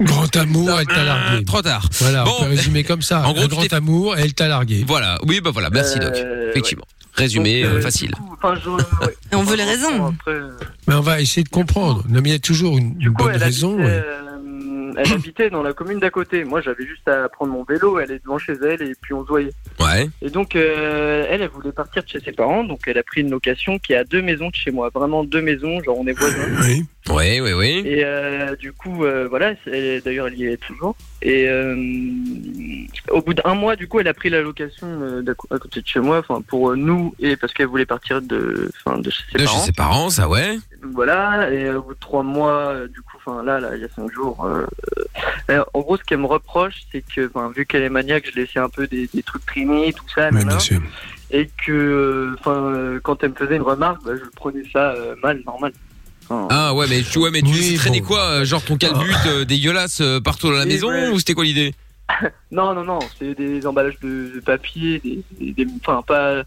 S3: Grand amour, elle t'a largué.
S2: euh, Trop tard.
S3: Voilà,
S2: Bon,
S3: on peut résumer comme ça.
S2: en
S3: En
S2: gros,
S3: gros,
S2: tu
S3: grand
S2: t'es-
S3: amour, elle t'a largué.
S2: Voilà, oui, bah voilà, merci Doc.
S6: euh,
S2: Effectivement. Résumé
S6: Donc, euh,
S2: euh, facile.
S6: du coup, enfin, je- ouais.
S5: Et on veut les
S6: Enfin,
S5: raisons.
S6: après, euh,
S3: Mais on va essayer de comprendre. Non, mais il y a toujours une, une
S6: du coup,
S3: bonne
S6: Ah elle,
S3: raison.
S6: habitait,
S3: ouais.
S6: euh, elle habitait dans la commune d'à côté. Moi, j'avais juste à prendre mon vélo, elle est devant chez elle et puis on se voyait.
S2: Ouais.
S6: Et donc, euh, elle, elle voulait partir de chez ses parents, donc elle a pris une location qui est à deux maisons de chez moi, vraiment deux maisons, genre on est voisins.
S3: Oui.
S2: Ouais, ouais, ouais.
S6: Et euh, du coup, euh, voilà, c'est- d'ailleurs, elle y est toujours. Et euh, au bout d'un mois, du coup, elle a pris la location euh, d'à co- à côté de chez moi, enfin pour euh, nous, et parce qu'elle voulait partir de, enfin, de chez ses
S2: De chez
S6: parents.
S2: ses parents, ça ouais.
S6: Donc, voilà, et euh, au bout de trois mois, euh, du coup, enfin là, là, il y a cinq jours. euh, euh, en gros, ce qu'elle me reproche, c'est que, enfin, vu qu'elle est maniaque, je laissais un peu des, des trucs traîner, tout ça,
S3: Mais
S6: nanana.
S3: bien sûr.
S6: et que, euh, enfin, euh, quand elle me faisait une remarque, bah, je prenais ça euh, mal, normal. Enfin,
S2: Ah ouais, mais tu ouais, mais tu
S3: Oui,
S2: laissais traîner
S3: bon.
S2: quoi euh, Genre ton calbut euh, dégueulasse euh, partout dans la
S6: Oui,
S2: maison
S6: ouais.
S2: ou c'était quoi l'idée
S6: Non, non, non, c'est des emballages de, de papier, des, des, des- Enfin, pas.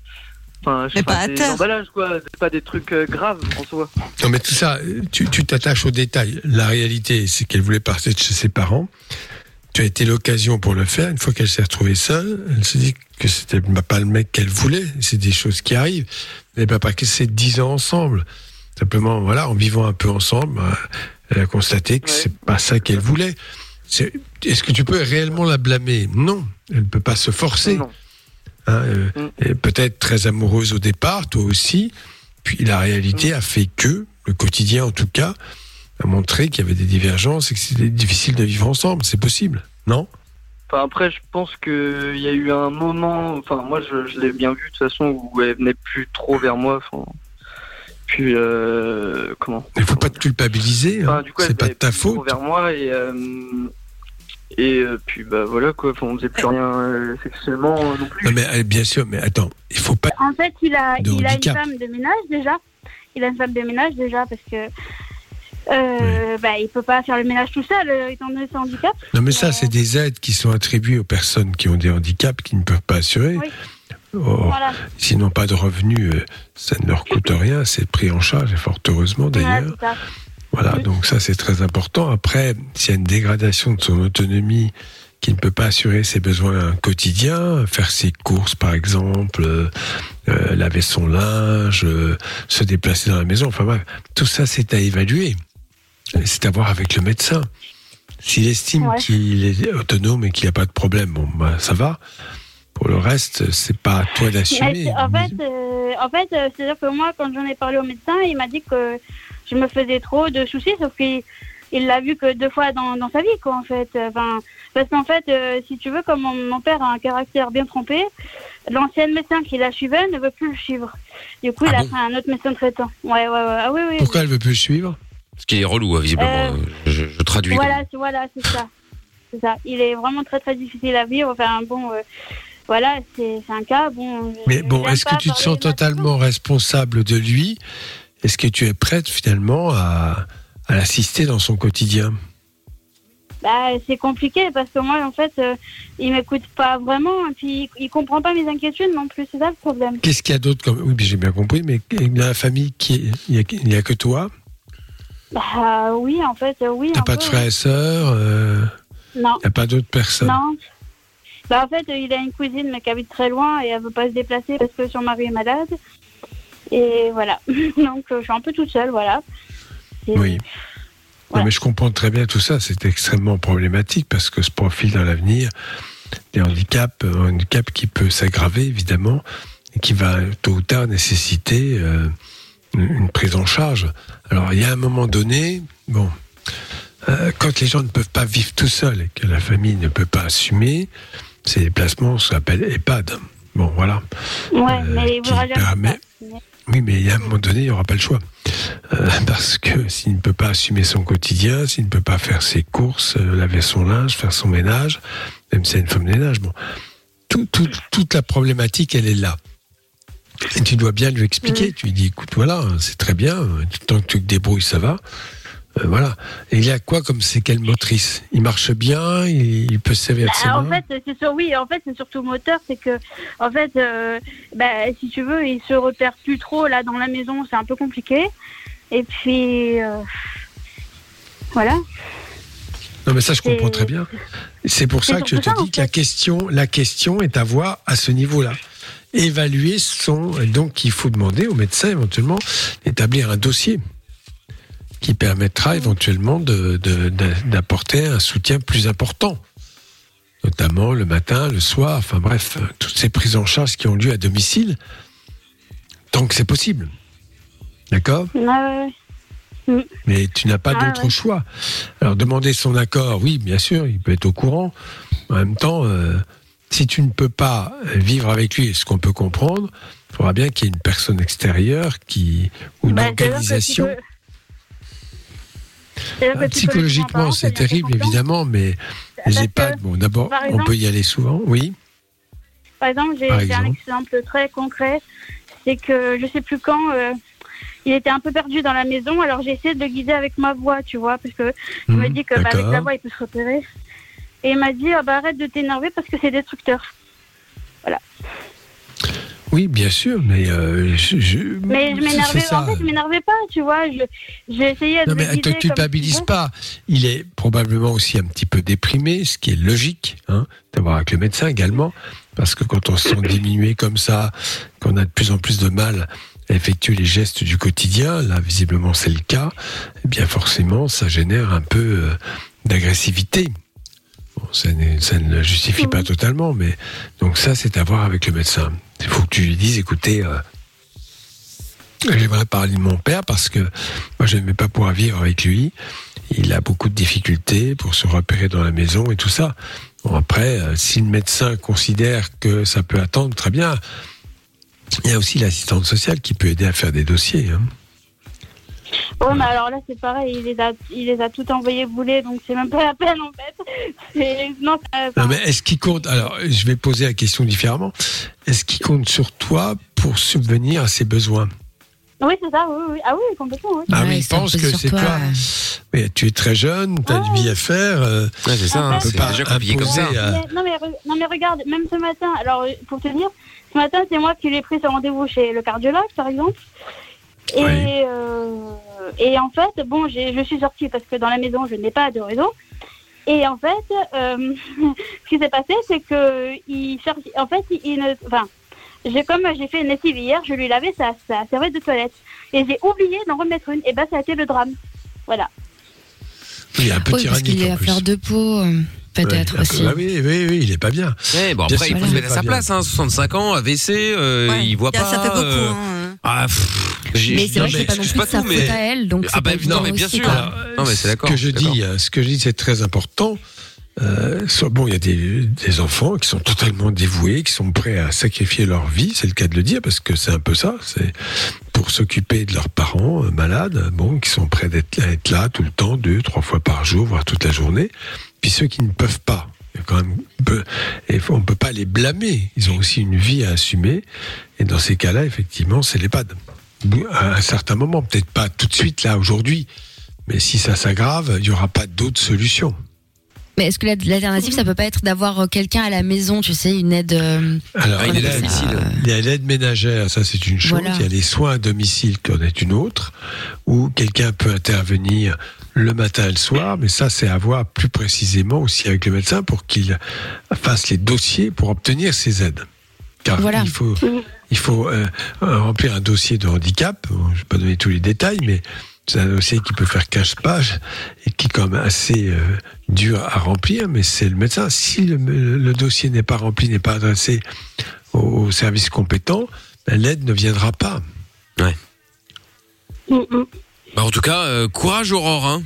S6: Enfin, je
S5: Mais
S6: sais
S5: pas à
S6: des
S5: terre.
S6: emballages, quoi. C'est pas des trucs euh, graves, en soi.
S3: Non, mais tout ça, tu tu t'attaches aux détails. La réalité, c'est qu'elle voulait partir de chez ses parents. Tu as été l'occasion pour le faire. Une fois qu'elle s'est retrouvée seule, elle s'est dit que c'était pas le mec qu'elle voulait. C'est des choses qui arrivent. Elle n'a pas passé dix ans ensemble. Simplement, voilà, en vivant un peu ensemble, bah, elle a constaté que
S6: Ouais.
S3: c'est pas ça qu'elle voulait. C'est- Est-ce que tu peux réellement la blâmer Non, elle ne peut pas se forcer.
S6: Non.
S3: Hein, euh,
S6: Mm.
S3: et peut-être très amoureuse au départ, toi aussi. Puis la réalité a fait que, le quotidien en tout cas, a montré qu'il y avait des divergences et que c'était difficile de vivre ensemble. C'est possible, non
S6: Enfin, après, je pense qu'il y a eu un moment, enfin, moi, je, je l'ai bien vu, de toute façon, où elle venait plus trop vers moi. enfin. Puis, euh, comment
S3: Il faut pas te culpabiliser. hein.
S6: Enfin, du coup, elle
S3: C'est pas de
S6: venait
S3: ta
S6: plus trop
S3: faute.
S6: vers moi et, euh, et euh, puis, bah voilà, quoi. Enfin, on faisait plus rien euh, sexuellement euh, non plus.
S3: Non, mais euh, bien sûr, mais attends, il faut pas.
S9: En fait, il a,
S3: De
S9: il a une
S3: handicap.
S9: femme de ménage déjà. Il a une femme de ménage déjà parce que. Euh, bah, il peut pas faire le ménage tout seul euh, étant donné son handicap.
S3: Non, mais ça, c'est des aides qui sont attribuées aux personnes qui ont des handicaps qui ne peuvent pas assurer.
S9: Oui.
S3: Oh,
S9: Voilà.
S3: S'ils n'ont pas de revenus, euh, ça ne leur coûte rien. C'est pris en charge, et fort heureusement
S9: Voilà,
S3: d'ailleurs.
S9: c'est ça.
S3: Voilà, donc ça c'est très important. Après, s'il y a une dégradation de son autonomie, qui ne peut pas assurer ses besoins quotidiens, faire ses courses par exemple, euh, euh, laver son linge, euh, se déplacer dans la maison, enfin bref, tout ça c'est à évaluer. C'est à voir avec le médecin. S'il estime
S9: Ouais.
S3: qu'il est autonome et qu'il n'y a pas de problème, bon, bah, ça va. Pour le reste, c'est pas à toi d'assumer.
S9: Mais En fait, euh, en fait euh, c'est-à-dire que moi, quand j'en ai parlé au médecin, il m'a dit que je me faisais trop de soucis, sauf qu'il il l'a vu que deux fois dans, dans sa vie, quoi, en fait. Enfin, parce qu'en fait, euh, si tu veux, comme mon, mon père a un caractère bien trompé, l'ancien médecin qui la suivait ne veut plus le suivre. Du coup,
S2: Ah
S9: il a
S2: bon
S9: pris un autre médecin traitant. Ouais, ouais, ouais. Ah oui, oui.
S3: Pourquoi elle veut plus le suivre
S2: Parce qu'il est relou, hein, visiblement.
S9: Euh,
S2: Je, je traduis.
S9: Voilà, c'est voilà, c'est ça. C'est ça. Il est vraiment très très difficile à vivre. Enfin bon, euh, voilà, c'est c'est un cas. Bon. je-
S3: Mais bon,
S9: j'aime
S3: est-ce que
S9: pas
S3: tu te
S9: parler
S3: sens
S9: maintenant.
S3: totalement responsable de lui Est-ce que tu es prête finalement à, à l'assister dans son quotidien
S9: Bah, c'est compliqué parce que moi, en fait, euh, il m'écoute pas vraiment et puis il, il comprend pas mes inquiétudes non plus. C'est ça le problème.
S3: Qu'est-ce qu'il y a d'autre comme... Oui, bien, j'ai bien compris, mais dans la famille, qui... il n'y a, que toi
S9: Bah oui, en fait, euh, oui.
S3: T'as
S9: un
S3: pas
S9: peu,
S3: de frères et sœurs euh,
S9: oui. Non,
S3: Il n'y a pas d'autres personnes
S9: non. Bah en fait, euh, il a une cousine mais qui habite très loin et elle veut pas se déplacer parce que son mari est malade. Et voilà. Donc euh, je suis un peu toute seule, voilà. Et-
S3: Oui.
S9: Voilà.
S3: Non, mais je comprends très bien tout ça. C'est extrêmement problématique parce que ce profil dans l'avenir des handicaps, un handicap qui peut s'aggraver évidemment et qui va tôt ou tard nécessiter euh, une une prise en charge. Alors il y a un moment donné, bon, euh, quand les gens ne peuvent pas vivre tout seuls et que la famille ne peut pas assumer, ces déplacements s'appellent EHPAD. Bon, voilà.
S9: Ouais,
S3: euh,
S9: mais il
S3: qui
S9: voudra jamais
S3: permet-
S9: ça.
S3: Oui, mais il y a un moment donné, il n'y aura pas le choix. Euh, parce que s'il ne peut pas assumer son quotidien, s'il ne peut pas faire ses courses, euh, laver son linge, faire son ménage, même si c'est une femme de ménage, bon, tout- tout- toute la problématique, elle est là. Et tu dois bien lui expliquer. Tu lui dis, écoute, voilà, c'est très bien, euh, tant que tu te débrouilles, ça va. Euh, voilà. Et il y a quoi comme séquelles motrices Il marche bien, il, il peut se servir de ses
S9: Ah, en
S3: mains.
S9: fait, c'est sur- oui, en fait, c'est surtout moteur, c'est que, en fait, euh, bah, si tu veux, il se repère plus trop là dans la maison, c'est un peu compliqué. Et puis, euh, voilà.
S3: Non, mais ça, je comprends
S9: C'est-
S3: très bien. C'est pour
S9: c'est
S3: ça que je te
S9: surtout ça, en
S3: dis que la
S9: fait.
S3: question, la question est à voir à ce niveau-là. Évaluer son. Donc, il faut demander au médecin, éventuellement, d'établir un dossier qui permettra éventuellement de- de- d'a- d'apporter un soutien plus important, notamment le matin, le soir, enfin bref, toutes ces prises en charge qui ont lieu à domicile, tant que c'est possible. D'accord
S9: Ouais, ouais,
S3: mais tu n'as pas
S9: Ah,
S3: d'autre
S9: ouais.
S3: choix. Alors demander son accord, oui, bien sûr, il peut être au courant. En même temps, euh, si tu ne peux pas vivre avec lui, ce qu'on peut comprendre, il faudra bien qu'il y ait une personne extérieure qui ou
S9: ouais.
S3: une
S9: Bah, c'est-à-dire que tu
S3: organisation.
S9: peux- c'est-à-dire
S3: Euh,
S9: que
S3: Psychologiquement, c'est
S9: par exemple,
S3: terrible,
S9: il y a des
S3: évidemment, mais
S9: Parce
S3: les
S9: que,
S3: EHPAD, bon, d'abord,
S9: par
S3: on
S9: exemple-
S3: peut y aller souvent, oui.
S9: Par exemple, j'ai
S3: Par
S9: j'ai un
S3: exemple.
S9: exemple très concret. C'est que je sais plus quand, euh, il était un peu perdu dans la maison. Alors j'ai essayé de le guider avec ma voix, tu vois, parce que je me
S3: Mhm,
S9: dis que bah, avec la
S3: d'accord.
S9: voix, il peut se repérer. Et il m'a dit ah bah, arrête de t'énerver parce que c'est destructeur.
S3: Oui, bien sûr, mais euh, je, je-
S9: Mais je
S3: c'est- c'est
S9: m'énervais.
S3: ça.
S9: En fait, je m'énervais pas, tu vois. Je- J'ai essayé de
S3: Non,
S9: le
S3: mais elle
S9: guider.
S3: te
S9: comme je
S3: culpabilise
S9: pouvais.
S3: pas. Il est probablement aussi un petit peu déprimé, ce qui est logique, hein, d'avoir avec le médecin également, parce que quand on se sent diminué comme ça, qu'on a de plus en plus de mal à effectuer les gestes du quotidien, là visiblement c'est le cas, eh bien forcément ça génère un peu euh, d'agressivité. Bon, ça, n'est- ça ne le justifie pas totalement, mais donc ça c'est à voir avec le médecin. Il faut que tu lui dises, écoutez, euh, j'aimerais parler de mon père parce que moi, je ne vais pas pouvoir vivre avec lui. Il a beaucoup de difficultés pour se repérer dans la maison et tout ça. Bon, après, euh, si le médecin considère que ça peut attendre, très bien. Il y a aussi l'assistante sociale qui peut aider à faire des dossiers. hein.
S9: Ouais, mais alors là, c'est pareil, il les a, il les a tout envoyés bouler, donc c'est même pas la peine en fait. C'est- Non, ça-
S3: Non, mais est-ce qu'il compte Alors, je vais poser la question différemment. Est-ce qu'il compte sur toi pour subvenir à ses besoins
S9: Oui, c'est ça, oui, oui. Ah oui, complètement, oui.
S3: Ah oui, il pense que c'est toi. Mais tu es très jeune, tu as
S4: Oh.
S3: une vie à faire. euh,
S2: Ouais, c'est ça,
S3: on
S2: hein,
S3: peut
S2: c'est
S3: pas
S2: déjà compliqué comme ça. Ah.
S3: imposer euh, à-
S9: Mais- non, mais, re- non, mais regarde, même ce matin, alors euh, pour te dire, ce matin, c'est moi qui lui ai pris ce rendez-vous chez le cardiologue, par exemple. Et,
S3: Oui.
S9: euh, et en fait, bon, j'ai- je suis sortie parce que dans la maison, je n'ai pas de réseau. Et en fait, euh, ce qui s'est passé, c'est que il cherche, en fait, il, il ne, enfin, j'ai comme j'ai fait une lessive hier, je lui lavais sa, sa serviette de toilette et j'ai oublié d'en remettre une. Et ben, ça a été le drame. Voilà.
S3: Il est un peu
S4: Oui, parce
S3: tyrannique
S4: qu'il est
S3: en
S4: à
S3: plus.
S4: fleur de peau, euh, peut-être
S3: Ouais,
S4: aussi.
S3: bah oui, oui, oui, il est pas bien.
S2: Ouais, Eh, bon,
S3: Bien
S2: après,
S3: sûr
S2: il faut
S3: qu'il
S2: se
S3: est
S2: mettre à
S3: pas
S2: sa
S3: bien.
S2: place, hein, 65 ans, AVC, euh,
S5: Ouais.
S2: il voit
S5: Ça,
S2: pas.
S5: ça fait beaucoup.
S2: euh,
S5: hein.
S2: Ah, pff, j'ai-
S4: Mais c'est vrai
S2: non,
S4: que c'est
S2: mais
S4: pas non
S2: je
S4: plus
S2: sais
S4: de sa
S2: tout,
S4: faute
S2: mais-
S4: à elle, donc
S2: Ah
S4: c'est
S2: bah,
S4: pas
S2: non,
S4: évident
S2: mais bien
S4: aussi,
S2: sûr.
S4: quoi.
S2: Alors, Non, mais c'est d'accord,
S3: Ce que je
S2: c'est
S3: dis, euh, ce que je dis, c'est très important. Euh, soit- bon, il y a des, des enfants qui sont totalement dévoués, qui sont prêts à sacrifier leur vie, c'est le cas de le dire, parce que c'est un peu ça, c'est pour s'occuper de leurs parents euh, malades, bon, qui sont prêts d'être à être là tout le temps, deux, trois fois par jour, voire toute la journée. Puis ceux qui ne peuvent pas, il y a quand même peu- et on ne peut pas les blâmer, ils ont aussi une vie à assumer, et dans ces cas-là, effectivement, c'est l'EHPAD. À un certain moment, peut-être pas tout de suite, là, aujourd'hui, mais si ça s'aggrave, il n'y aura pas d'autre solution.
S4: Mais est-ce que la- l'alternative, ça peut pas être d'avoir euh, quelqu'un à la maison, tu sais, une aide. euh,
S3: Alors,
S2: Ah, il
S3: il,
S2: est
S3: y
S2: à
S3: a-
S2: domicile.
S3: il y a l'aide ménagère, ça c'est une chose.
S4: Voilà.
S3: Il y a les soins à domicile qui en est une autre, où quelqu'un peut intervenir le matin et le soir, mais ça c'est à voir plus précisément aussi avec le médecin pour qu'il fasse les dossiers pour obtenir ces aides. Car
S4: Voilà.
S3: il faut, il faut euh, remplir un dossier de handicap, Bon, je ne vais pas donner tous les détails, mais c'est un dossier qui peut faire 15 pages et qui est quand même assez euh, dur à remplir, mais c'est le médecin. Si le, le dossier n'est pas rempli, n'est pas adressé au, au service compétent, ben, l'aide ne viendra pas.
S9: Mm, mm.
S2: Bah, en tout cas, euh, courage, Aurore. Hein.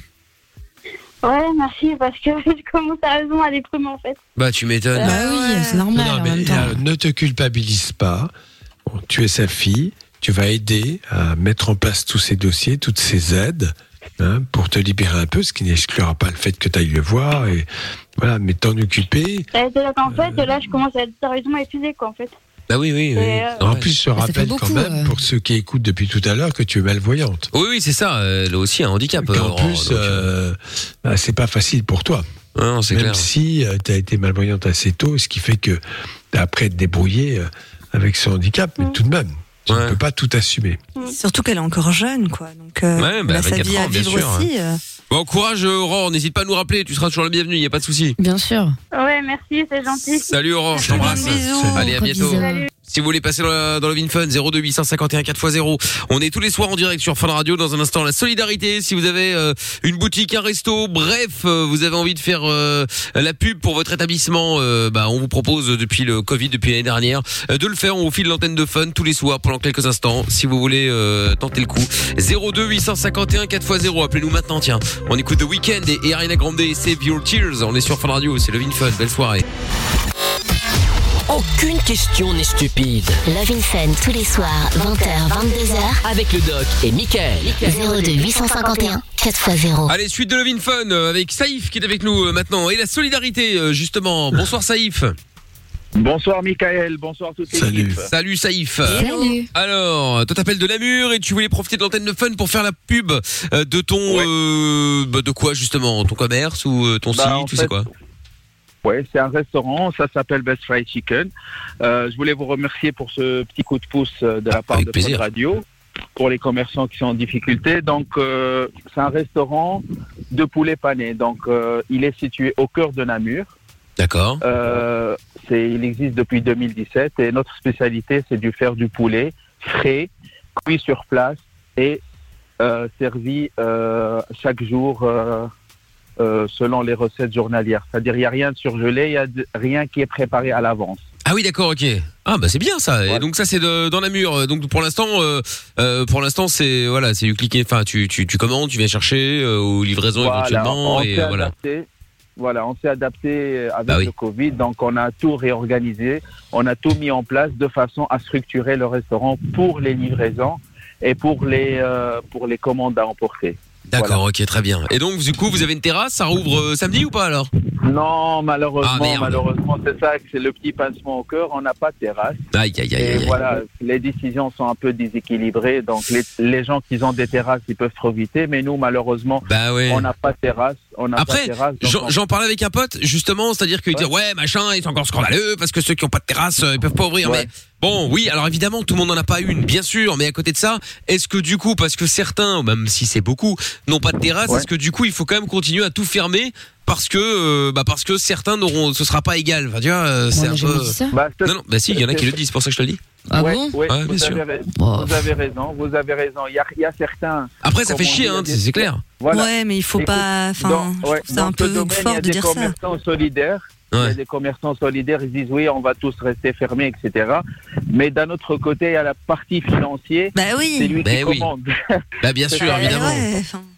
S9: Ouais, merci, parce que je commence à raison à déprimer en fait.
S2: Bah, tu m'étonnes.
S4: Bah oui,
S5: ouais.
S4: c'est normal.
S3: Non,
S4: en
S3: mais
S4: même temps.
S3: euh, ne te culpabilise pas. Bon, tu es sa fille, tu vas aider à mettre en place tous ces dossiers, toutes ces aides. hein, pour te libérer un peu, ce qui n'exclura pas le fait que tu ailles le voir, et voilà, mais t'en occuper.
S9: Euh, C'est-à-dire qu'en fait, là, je commence à être sérieusement épuisée, quoi, en fait.
S2: Bah oui, oui, oui.
S9: Et, euh,
S3: En
S2: Ouais.
S3: plus, je
S4: fait
S3: rappelle
S4: beaucoup,
S3: quand même,
S4: euh.
S3: pour ceux qui écoutent depuis tout à l'heure, que tu es malvoyante.
S2: Oui, oui, c'est ça. euh, Elle a aussi un handicap.
S3: Et en
S2: Aurore,
S3: plus,
S2: donc,
S3: euh, bah, c'est pas facile pour toi.
S2: ouais, non, c'est
S3: Même
S2: clair.
S3: si tu as été malvoyante assez tôt, ce qui fait que tu as après à te débrouiller euh, avec ce handicap, mais
S9: Mm.
S3: tout de même, tu
S2: Ouais.
S3: ne peux pas tout assumer.
S5: Surtout qu'elle est encore jeune, quoi. Donc, euh,
S2: Ouais, bah,
S5: elle a sa
S2: 24
S5: vie
S2: ans,
S5: à
S2: bien
S5: vivre
S3: hein.
S2: sûr,
S5: aussi. euh.
S2: Bon, courage, euh, Aurore. N'hésite pas à nous rappeler. Tu seras toujours le bienvenu. Il n'y a pas de souci.
S4: Bien sûr.
S9: Ouais, merci, c'est gentil.
S2: Salut, Aurore. Je
S5: Plein de
S2: t'embrasse.
S5: bisous.
S2: Allez, à
S4: Gros
S2: bientôt.
S4: bisous.
S9: Salut.
S2: Si vous voulez passer dans, la- dans le VinFun, 02851 4x0. On est tous les soirs en direct sur Fun Radio. Dans un instant, la solidarité. Si vous avez euh, une boutique, un resto, bref, euh, vous avez envie de faire euh, la pub pour votre établissement, euh, bah, on vous propose euh, depuis le Covid, depuis l'année dernière, euh, de le faire. On vous file l'antenne de Fun tous les soirs pendant quelques instants. Si vous voulez euh, tenter le coup, 02851 4x0. Appelez-nous maintenant, tiens. On écoute The Weeknd et, et Ariana Grande et Save Your Tears. On est sur Fun Radio. C'est le VinFun. Belle soirée.
S1: Aucune question n'est stupide.
S7: Love in Fun tous les soirs, 20h, 22h.
S1: Avec le doc et Michael.
S7: 02 851 4x0.
S2: Allez, suite de Love in Fun euh, avec Saïf qui est avec nous euh, maintenant et la solidarité euh, justement. Bonsoir Saïf.
S11: Bonsoir Michael, bonsoir toute
S3: Salut.
S11: l'équipe.
S2: Salut Saïf.
S4: Salut.
S2: Alors, toi t'appelles de Namur et tu voulais profiter de l'antenne de Fun pour faire la pub euh, de ton
S11: Ouais.
S2: euh, bah, de quoi justement, ton commerce ou euh, ton
S11: Bah, en
S2: site, tu
S11: fait,
S2: sais quoi
S11: Ouais, c'est un restaurant, ça s'appelle Best Fried Chicken. Euh, je voulais vous remercier pour ce petit coup de pouce euh, de la part
S2: avec
S11: de
S2: plaisir.
S11: Fun Radio pour les commerçants qui sont en difficulté. Donc, euh, c'est un restaurant de poulet pané. Donc, euh, il est situé au cœur de Namur.
S2: D'accord.
S11: Euh, c'est, il existe depuis 2017 et notre spécialité, c'est de faire du poulet frais, cuit sur place et euh, servi euh, chaque jour euh, euh, selon les recettes journalières. C'est-à-dire, il n'y a rien de surgelé, il n'y a de- rien qui est préparé à l'avance.
S2: Ah oui, d'accord, ok. Ah bah c'est bien ça. Et
S11: Voilà.
S2: donc ça c'est de- dans Namur. Donc pour l'instant, euh, euh, pour l'instant c'est voilà, c'est du cliquer. Enfin, tu, tu tu commandes, tu viens chercher euh, ou livraison
S11: Voilà,
S2: éventuellement
S11: on
S2: et
S11: s'est
S2: euh, voilà. Bah
S11: adapté. Voilà, on s'est adapté euh, avec le Covid, donc on a tout réorganisé, on a tout mis en place de façon à structurer le restaurant pour les livraisons et pour les, euh, pour les commandes à emporter.
S2: D'accord, ok, très bien. Et donc, du coup, vous avez une terrasse, ça rouvre euh, samedi ou pas alors
S11: Non, malheureusement,
S2: Ah, merde.
S11: malheureusement, c'est ça, que c'est le petit pincement au cœur. On n'a pas de terrasse.
S2: Aïe, aïe, aïe,
S11: Et
S2: aïe.
S11: voilà, les décisions sont un peu déséquilibrées. Donc, les, les gens qui ont des terrasses, ils peuvent profiter. Mais nous, malheureusement,
S2: Bah ouais.
S11: on n'a pas de terrasse. On n'a pas de
S2: Après,
S11: terrasse. donc
S2: j'en
S11: on-
S2: j'en parlais avec un pote, justement, c'est-à-dire qu'il dit ouais, machin, ils sont encore scandaleux parce que ceux qui ont pas de terrasse, euh, ils peuvent pas ouvrir. Mais bon, oui, alors évidemment, tout le monde n'en a pas une, bien sûr. Mais à côté de ça, est-ce que du coup, parce que certains, même si c'est beaucoup, n'ont pas de terrasse, est-ce que du coup, il faut quand même continuer à tout fermer parce que, euh, bah, parce que certains n'auront, ce sera pas égal. Enfin, tu vois, euh, c'est
S11: Ouais,
S2: un
S11: mais j'ai
S2: peu.
S11: dit ça. Bah, c'est-
S2: non, non, bah si, il y en a qui le disent, c'est pour ça que je te le dis.
S5: Ah
S11: Ouais, ouais,
S2: Ouais, Ah, bien
S11: vous,
S2: sûr.
S11: avez, rais- vous avez raison, vous avez raison. Il y a, il y a certains.
S2: Après, ça
S11: comme
S2: fait
S11: on dit,
S2: chier,
S11: il y a
S2: hein,
S11: des-
S2: c'est clair.
S11: Voilà.
S5: Ouais, mais il faut pas- enfin,
S11: dans-
S5: je trouve ça un
S11: dans ce
S5: peu
S11: domaine,
S5: fort
S11: il y a
S5: de
S11: des
S5: dire ça.
S11: commerçants solidaires. Il y a des commerçants solidaires, ils disent oui, on va tous rester fermés, etc. Mais d'un autre côté, il y a la partie financière.
S5: Bah oui.
S11: C'est lui qui
S2: Bah oui.
S11: commande.
S2: Bah bien
S11: C'est
S2: sûr,
S11: ça.
S2: évidemment.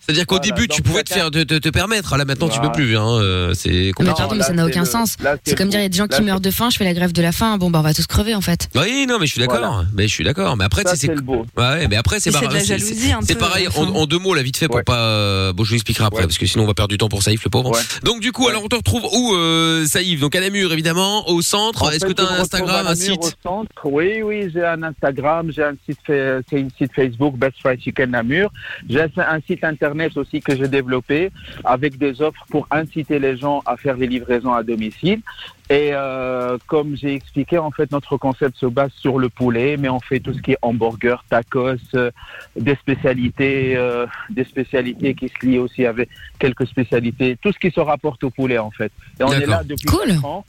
S2: C'est-à-dire qu'au
S11: Voilà,
S2: début, tu
S11: donc
S2: pouvais te,
S11: chacun-
S2: faire, te, te- te permettre. Là, maintenant, tu
S11: Voilà.
S2: peux plus. Hein. euh, C'est
S4: Mais
S2: compliqué.
S4: pardon, mais ça n'a aucun sens. C'est comme dire, il y a des gens qui meurent de faim, je fais la grève de la faim, bon, bah, on va tous crever, en fait.
S2: Oui, non, mais je suis d'accord. Mais je suis d'accord. Mais après,
S4: Ça,
S2: tu sais,
S4: c'est
S2: c'est
S4: le
S11: beau.
S2: Ouais, mais après, c'est
S4: Mais c'est
S2: barré-
S4: de la
S2: c'est-
S4: jalousie
S2: c'est-
S4: un
S2: C'est
S4: peu,
S2: pareil.
S4: à la
S2: En,
S4: fin.
S2: en deux mots, là, vite fait, pour pas. euh, Bon, je vous expliquerai après, parce que sinon, on va perdre du temps pour Saïf, le pauvre. Donc, du coup, alors, on te retrouve où, euh, Saïf Donc, à Namur, évidemment, au centre.
S11: En
S2: Ah, Est-ce
S11: fait,
S2: que t'as
S11: je me
S2: un
S11: retrouve
S2: Instagram,
S11: à
S2: un
S11: Namur,
S2: site
S11: au centre. Oui, oui, j'ai un Instagram, j'ai un site, fa- c'est une site Facebook, Best Fried Chicken Namur. J'ai un- un site internet aussi que j'ai développé avec des offres pour inciter les gens à faire les livraisons à domicile. Et euh, comme j'ai expliqué, en fait, notre concept se base sur le poulet, mais on fait tout ce qui est hamburger, tacos, euh, des spécialités, euh, des spécialités qui se lient aussi avec quelques spécialités, tout ce qui se rapporte au poulet, en fait. Et on est là depuis quatre ans.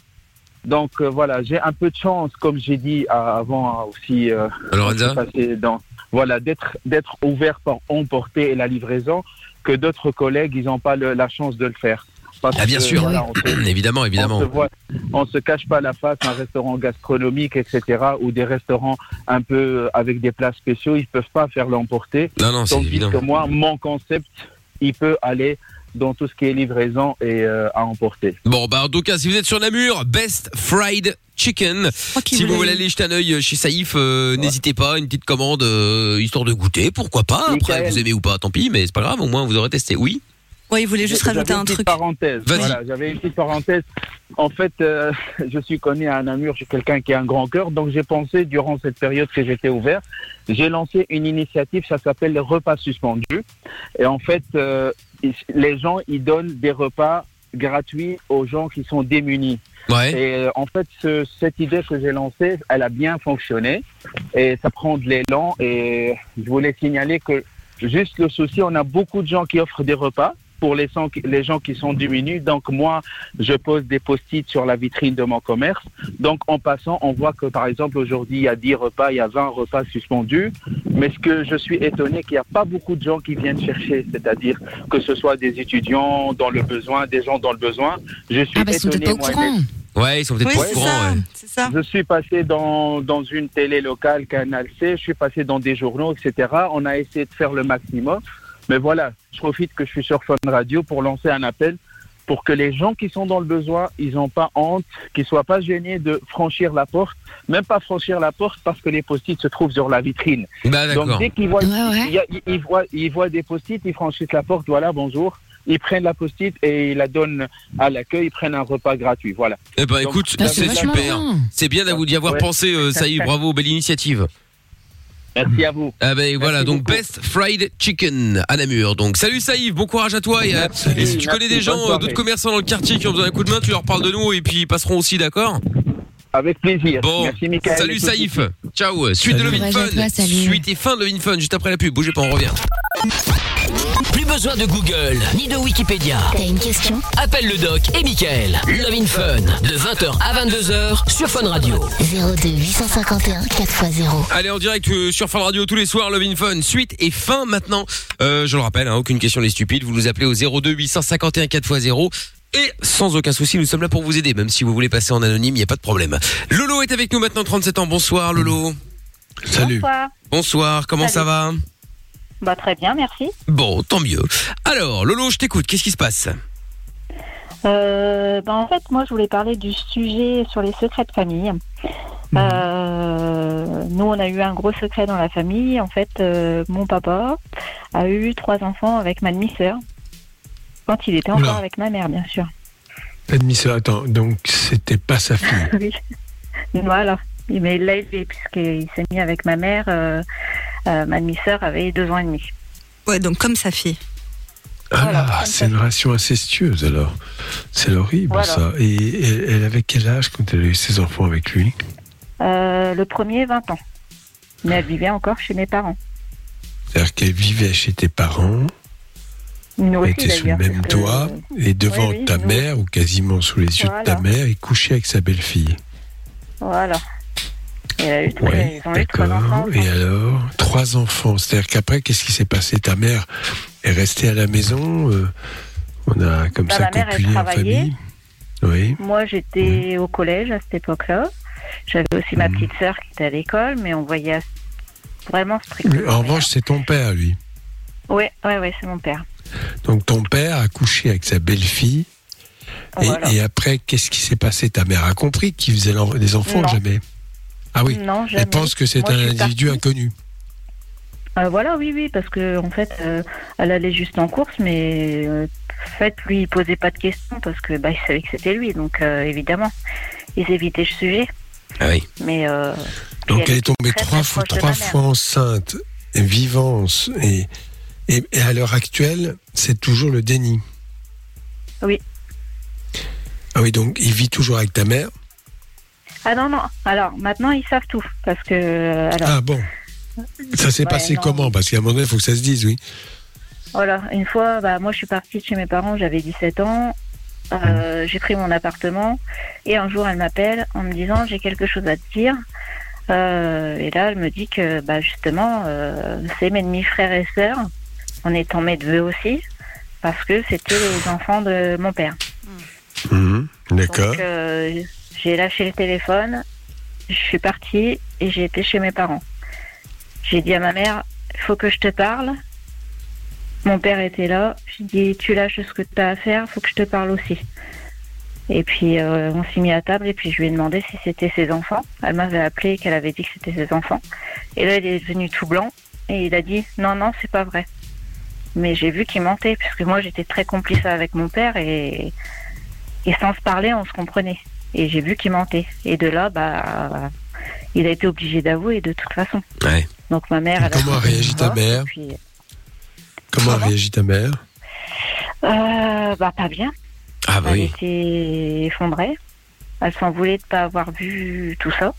S11: Donc euh, voilà, j'ai un peu de chance, comme j'ai dit euh, avant hein, aussi. euh,
S2: Lorenza
S11: de passer dans- voilà, d'être d'être ouvert par emporter et la livraison, que d'autres collègues ils n'ont pas le- la chance de le faire. Parce
S2: Ah, bien
S11: que,
S2: sûr.
S11: voilà, on se-
S2: évidemment, évidemment.
S11: on se, voit- on se cache pas la face, un restaurant gastronomique, etc., ou des restaurants un peu euh, avec des plats spéciaux, ils peuvent pas faire l'emporter.
S2: Non, non, c'est
S11: Tandis
S2: évident.
S11: que moi, mon concept, il peut aller dans tout ce qui est livraison et euh, à emporter.
S2: Bon, bah, en tout cas, si vous êtes sur Namur, Best Fried Chicken.
S11: qu'il
S2: Si vous
S11: voulait-
S2: voulez aller jeter un œil chez Saïf, euh, n'hésitez pas, une petite commande, euh, histoire de goûter, pourquoi pas. Après,
S11: Nickel.
S2: vous aimez ou pas, tant pis, mais c'est pas grave, au moins vous aurez testé. Oui.
S5: Ouais, il voulait juste
S11: J'avais
S5: rajouter
S11: une
S5: un
S11: petite
S5: truc.
S11: Parenthèse.
S5: Vas-y.
S11: Voilà, j'avais une petite parenthèse. En fait, euh, je suis connu à Namur, je suis quelqu'un qui a un grand cœur, donc j'ai pensé, durant cette période que j'étais ouvert, j'ai lancé une initiative, ça s'appelle les repas suspendus. Et en fait, euh, ils- les gens, ils donnent des repas gratuits aux gens qui sont démunis. Et euh, en fait, ce- cette idée que j'ai lancée, elle a bien fonctionné et ça prend de l'élan. Et je voulais signaler que juste le souci, on a beaucoup de gens qui offrent des repas pour les, sans- les gens qui sont diminués. Donc moi, je pose des post-it sur la vitrine de mon commerce. Donc en passant, on voit que par exemple aujourd'hui, il y a 10 repas, il y a 20 repas suspendus. Mais ce que je suis étonné, qu'il n'y a pas beaucoup de gens qui viennent chercher, c'est-à-dire que ce soit des étudiants dans le besoin, des gens dans le besoin. Je suis
S4: Ah, bah, ils sont
S11: étonné.
S4: peut-être pas au
S11: moi,
S4: courant.
S11: d'être-
S2: Ouais, ils sont peut-être pas au courant. ouais.
S11: je suis passé dans, dans une télé locale, Canal C, je suis passé dans des journaux, etc. On a essayé de faire le maximum. Mais voilà, je profite que je suis sur Fun Radio pour lancer un appel pour que les gens qui sont dans le besoin, ils n'ont pas honte, qu'ils soient pas gênés de franchir la porte, même pas franchir la porte parce que les post-it se trouvent sur la vitrine.
S2: Bah, d'accord.
S11: Donc dès qu'ils voient, il y a- ils- ils voient, ils voient des post-it, ils franchissent la porte, voilà, bonjour. Ils prennent la post-it et ils la donnent à l'accueil, ils prennent un repas gratuit, voilà.
S2: Eh ben,
S11: Donc,
S2: écoute,
S11: ça,
S2: c'est
S11: vachement
S2: super.
S11: bien.
S2: C'est bien d'avou- d'y avoir
S11: Ouais.
S2: pensé, euh, Saïf, bravo, belle initiative.
S11: Merci à vous.
S2: Ah ben voilà, donc Best Fried Chicken à Namur. Donc salut Saïf, bon courage à toi. Et, euh, et si
S11: merci,
S2: tu connais des
S11: bonne
S2: gens, euh,
S11: soirée.
S2: d'autres commerçants dans le quartier qui ont besoin d'un coup de main, tu leur parles de nous et puis ils passeront aussi, d'accord
S11: Avec plaisir.
S2: Bon,
S11: Merci, Mickaël, et
S2: salut
S11: tout de
S2: Saïf.
S11: suite.
S2: Ciao, suite de
S11: Salut.
S2: Love in
S11: Courage à
S2: Fun.
S11: toi, salut.
S2: Suite et fin de Love in Fun, juste après la pub. Bougez pas, on revient.
S1: Plus besoin de Google ni de Wikipédia.
S7: T'as une question
S1: Appelle le doc et Michael. Love in Fun de 20h à 22h sur Fun Radio.
S7: 02 851 4x0.
S2: Allez, en direct euh, sur Fun Radio tous les soirs, Love in Fun, suite et fin maintenant. Euh, je le rappelle, hein, aucune question n'est stupide. Vous nous appelez au 02 851 4x0. Et sans aucun souci, nous sommes là pour vous aider. Même si vous voulez passer en anonyme, il n'y a pas de problème. Lolo est avec nous maintenant, 37 ans. Bonsoir, Lolo. Salut.
S10: Bonsoir.
S2: Bonsoir, comment ça va
S10: Bah, très bien, merci.
S2: Bah, Bon, tant mieux. Alors, Lolo, je t'écoute. Qu'est-ce qui se passe
S12: Euh, ben, en fait, moi, je voulais parler du sujet sur les secrets de famille. Euh, nous, on a eu un gros secret dans la famille. En fait, euh, mon papa a eu trois enfants avec ma demi-sœur quand il était encore
S3: Oula.
S12: avec ma mère, bien sûr.
S3: La demi-sœur, attends, donc c'était pas sa fille.
S12: oui. Voilà. Mais il l'a élevé puisqu'il s'est mis avec ma mère. euh, euh, ma demi-sœur avait deux ans et demi.
S5: Ouais, donc comme sa fille.
S3: Ah là, c'est une relation incestueuse alors. C'est horrible
S12: Voilà.
S3: ça. Et elle, elle avait quel âge quand elle a eu ses enfants avec lui
S12: Euh, le premier, 20 ans. Mais elle vivait encore chez mes parents.
S3: C'est-à-dire qu'elle vivait chez tes parents,
S12: Nous
S3: elle
S12: aussi,
S3: était sous le
S12: d'ailleurs,
S3: même
S12: parce que-
S3: toit, et devant
S12: Oui, oui,
S3: ta
S12: nous-
S3: mère, ou quasiment sous les yeux de ta
S12: Voilà.
S3: mère, et couchait avec sa belle-fille.
S12: Voilà. Et elle a eu-
S3: Ouais,
S12: ils ont eu trois enfants.
S3: d'accord. Et alors Trois enfants. C'est-à-dire qu'après, qu'est-ce qui s'est passé Ta mère est restée à la maison euh, On a comme
S12: Bah,
S3: ça
S12: ma mère, elle
S3: copulé en
S12: travaillait.
S3: famille Oui.
S12: Moi, j'étais au collège à cette époque-là. J'avais aussi
S3: Mhm.
S12: ma petite sœur qui était à l'école, mais on voyait vraiment strictement.
S3: En revanche, c'est ton père, lui.
S12: Oui, ouais, ouais, c'est mon père.
S3: Donc ton père a couché avec sa belle-fille. Et, et après, qu'est-ce qui s'est passé Ta mère a compris qu'il faisait l'en- des enfants
S12: Non.
S3: jamais Ah oui.
S12: Non, jamais.
S3: Elle pense que c'est
S12: Moi, je
S3: un
S12: suis
S3: individu
S12: partie.
S3: inconnu.
S12: Euh, voilà, oui, oui, parce que en fait, euh, elle allait juste en course, mais euh, en fait, lui, il posait pas de questions parce que bah, il savait que c'était lui, donc euh, évidemment, ils évitaient le sujet.
S2: Ah oui.
S12: Mais euh,
S3: Donc
S12: et
S3: elle est tombée
S12: très,
S3: trois
S12: très
S3: fois,
S12: proche de
S3: trois
S12: ma mère.
S3: fois enceinte, et vivance, et, et, et à l'heure actuelle, c'est toujours le déni.
S12: Oui.
S3: Ah oui, donc il vit toujours avec ta mère.
S12: Ah non, non. Alors maintenant, ils savent tout parce que euh, alors.
S3: Ah bon. Ça s'est
S12: Ouais,
S3: passé
S12: non.
S3: comment Parce qu'à un moment donné, il faut que ça se dise, oui.
S12: Voilà, une fois, bah, moi je suis partie de chez mes parents, j'avais 17 ans, Euh, j'ai pris mon appartement et un jour elle m'appelle en me disant j'ai quelque chose à te dire. Euh, et là elle me dit que bah, justement euh, c'est mes demi-frères et sœurs, en étant mes neveux aussi, parce que c'était les enfants de mon père.
S3: D'accord.
S12: Donc euh, j'ai lâché le téléphone, je suis partie et j'ai été chez mes parents. J'ai dit à ma mère, il faut que je te parle. Mon père était là, j'ai dit, tu lâches ce que tu as à faire, faut que je te parle aussi. Et puis euh, on s'est mis à table et puis je lui ai demandé si c'était ses enfants. Elle m'avait appelé et qu'elle avait dit que c'était ses enfants. Et là il est devenu tout blanc et il a dit, non, non, c'est pas vrai. Mais j'ai vu qu'il mentait, puisque moi j'étais très complice avec mon père et, et sans se parler, on se comprenait. Et j'ai vu qu'il mentait. Et de là, bah, il a été obligé d'avouer de toute façon.
S2: Ouais.
S12: Donc ma mère. elle
S3: Comment a réagi ta
S12: mort,
S3: mère
S12: et puis,
S3: Comment a réagi ta mère
S12: euh, bah, pas bien.
S2: Ah bah
S12: elle
S2: oui.
S12: était effondrée. Elle s'en voulait de pas avoir vu tout ça.